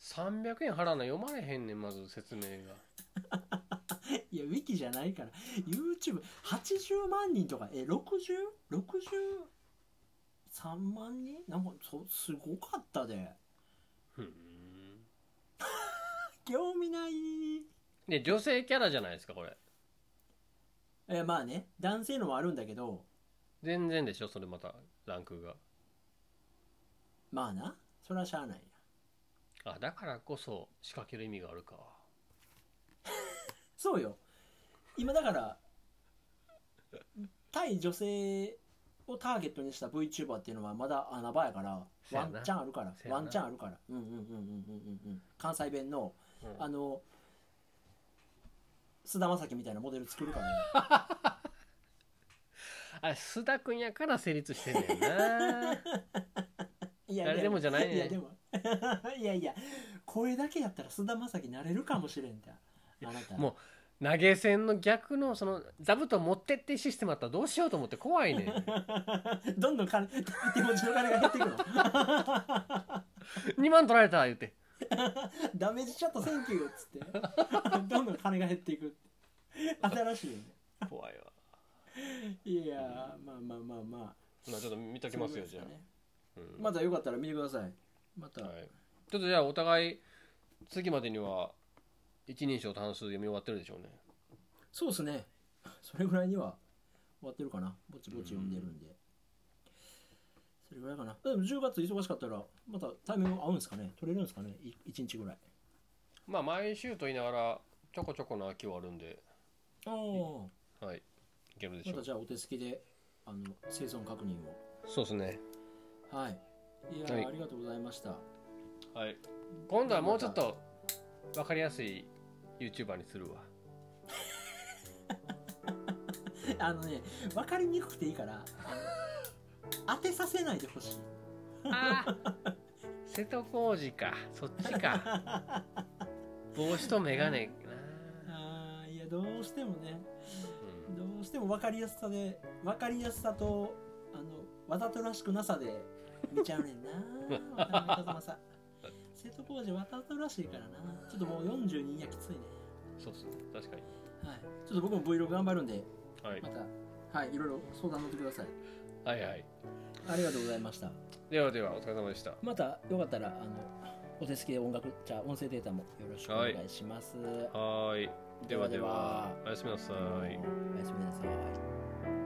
S1: 300円払うの読まれへんねんまず説明が
S3: いや、ウィキじゃないから、YouTube、80万人とか、え、60?63 万人なんか、そ、すごかったで。
S1: ふーん
S3: 興味ない。
S1: で女性キャラじゃないですかこれ
S3: え、まあね、男性のもあるんだけど、
S1: 全然でしょそれまたランクが
S3: まあな、それはしゃあないな。
S1: あだからこそ仕掛ける意味があるか
S3: そうよ。今だから、対女性をターゲットにした VTuber っていうのはまだ穴場やから、
S1: せ
S3: ワ
S1: や
S3: ン
S1: な
S3: チャンあるから、
S1: せやな
S3: ワンチャンあるから。うんうんうんうんうんうんうん。関西弁の、
S1: うん
S3: あの菅田将暉みたいなモデル作るからね
S1: あれ須田君やから成立してんねんな
S3: いや
S1: 誰でもじゃないね
S3: いやでも いやいや声だけやったら菅田将暉なれるかもしれんだあなた
S1: もう投げ銭の逆のその座布団持ってってシステムあったらどうしようと思って怖いねん
S3: どんどん金手持ちの金が減っていくの
S1: 2万取られた言って
S3: ダメージちょっとセンキューっつって どんどん金が減っていく新しいよね
S1: 怖いわ
S3: いやーまあまあまあまあ
S1: まあちょっと見ときますよじゃあ、
S3: そういうことですかね
S1: うん
S3: まだよかったら見てくださいまた、
S1: はい、ちょっとじゃあお互い次までには一人称単数読み終わってるでしょうね
S3: そうですねそれぐらいには終わってるかなぼちぼち読んでるんで、それぐらいかなでも10月忙しかったらまたタイミング合うんですかね取れるんですかねい1日ぐらい
S1: まあ毎週と言いながらちょこちょこの秋はあるんで
S3: ああ
S1: はいいけるでし
S3: ま
S1: ょ
S3: た
S1: う
S3: じゃあお手すきであの生存確認を
S1: そうですね
S3: はいいやー、
S1: はい
S3: ありがとうございました
S1: はい今度はもうちょっと分かりやすい YouTuber にするわ
S3: あのね分かりにくくていい からあの当てさせないでほし い
S1: あー 瀬戸康史かそっちか帽子と眼鏡な、
S3: あーいやどうしてもね
S1: うん、
S3: どうしても分かりやすさで分かりやすさとあのわざとらしくなさで見ちゃうねんな渡辺一正瀬戸康史わざとらしいからなちょっともう42にはきついね
S1: そうですね確かに
S3: はいちょっと僕も Vlog 頑張るんで
S1: はい
S3: ま、たはいいろいろ相談乗ってください
S1: はいはい
S3: ありがとうございました
S1: ではではお疲れ様でした
S3: またよかったらあのお手すきで音楽じゃあ音声データもよろしくお願いします、
S1: はーいではでは
S3: ではでは
S1: おやすみなさ
S3: お
S1: い
S3: やすみなさい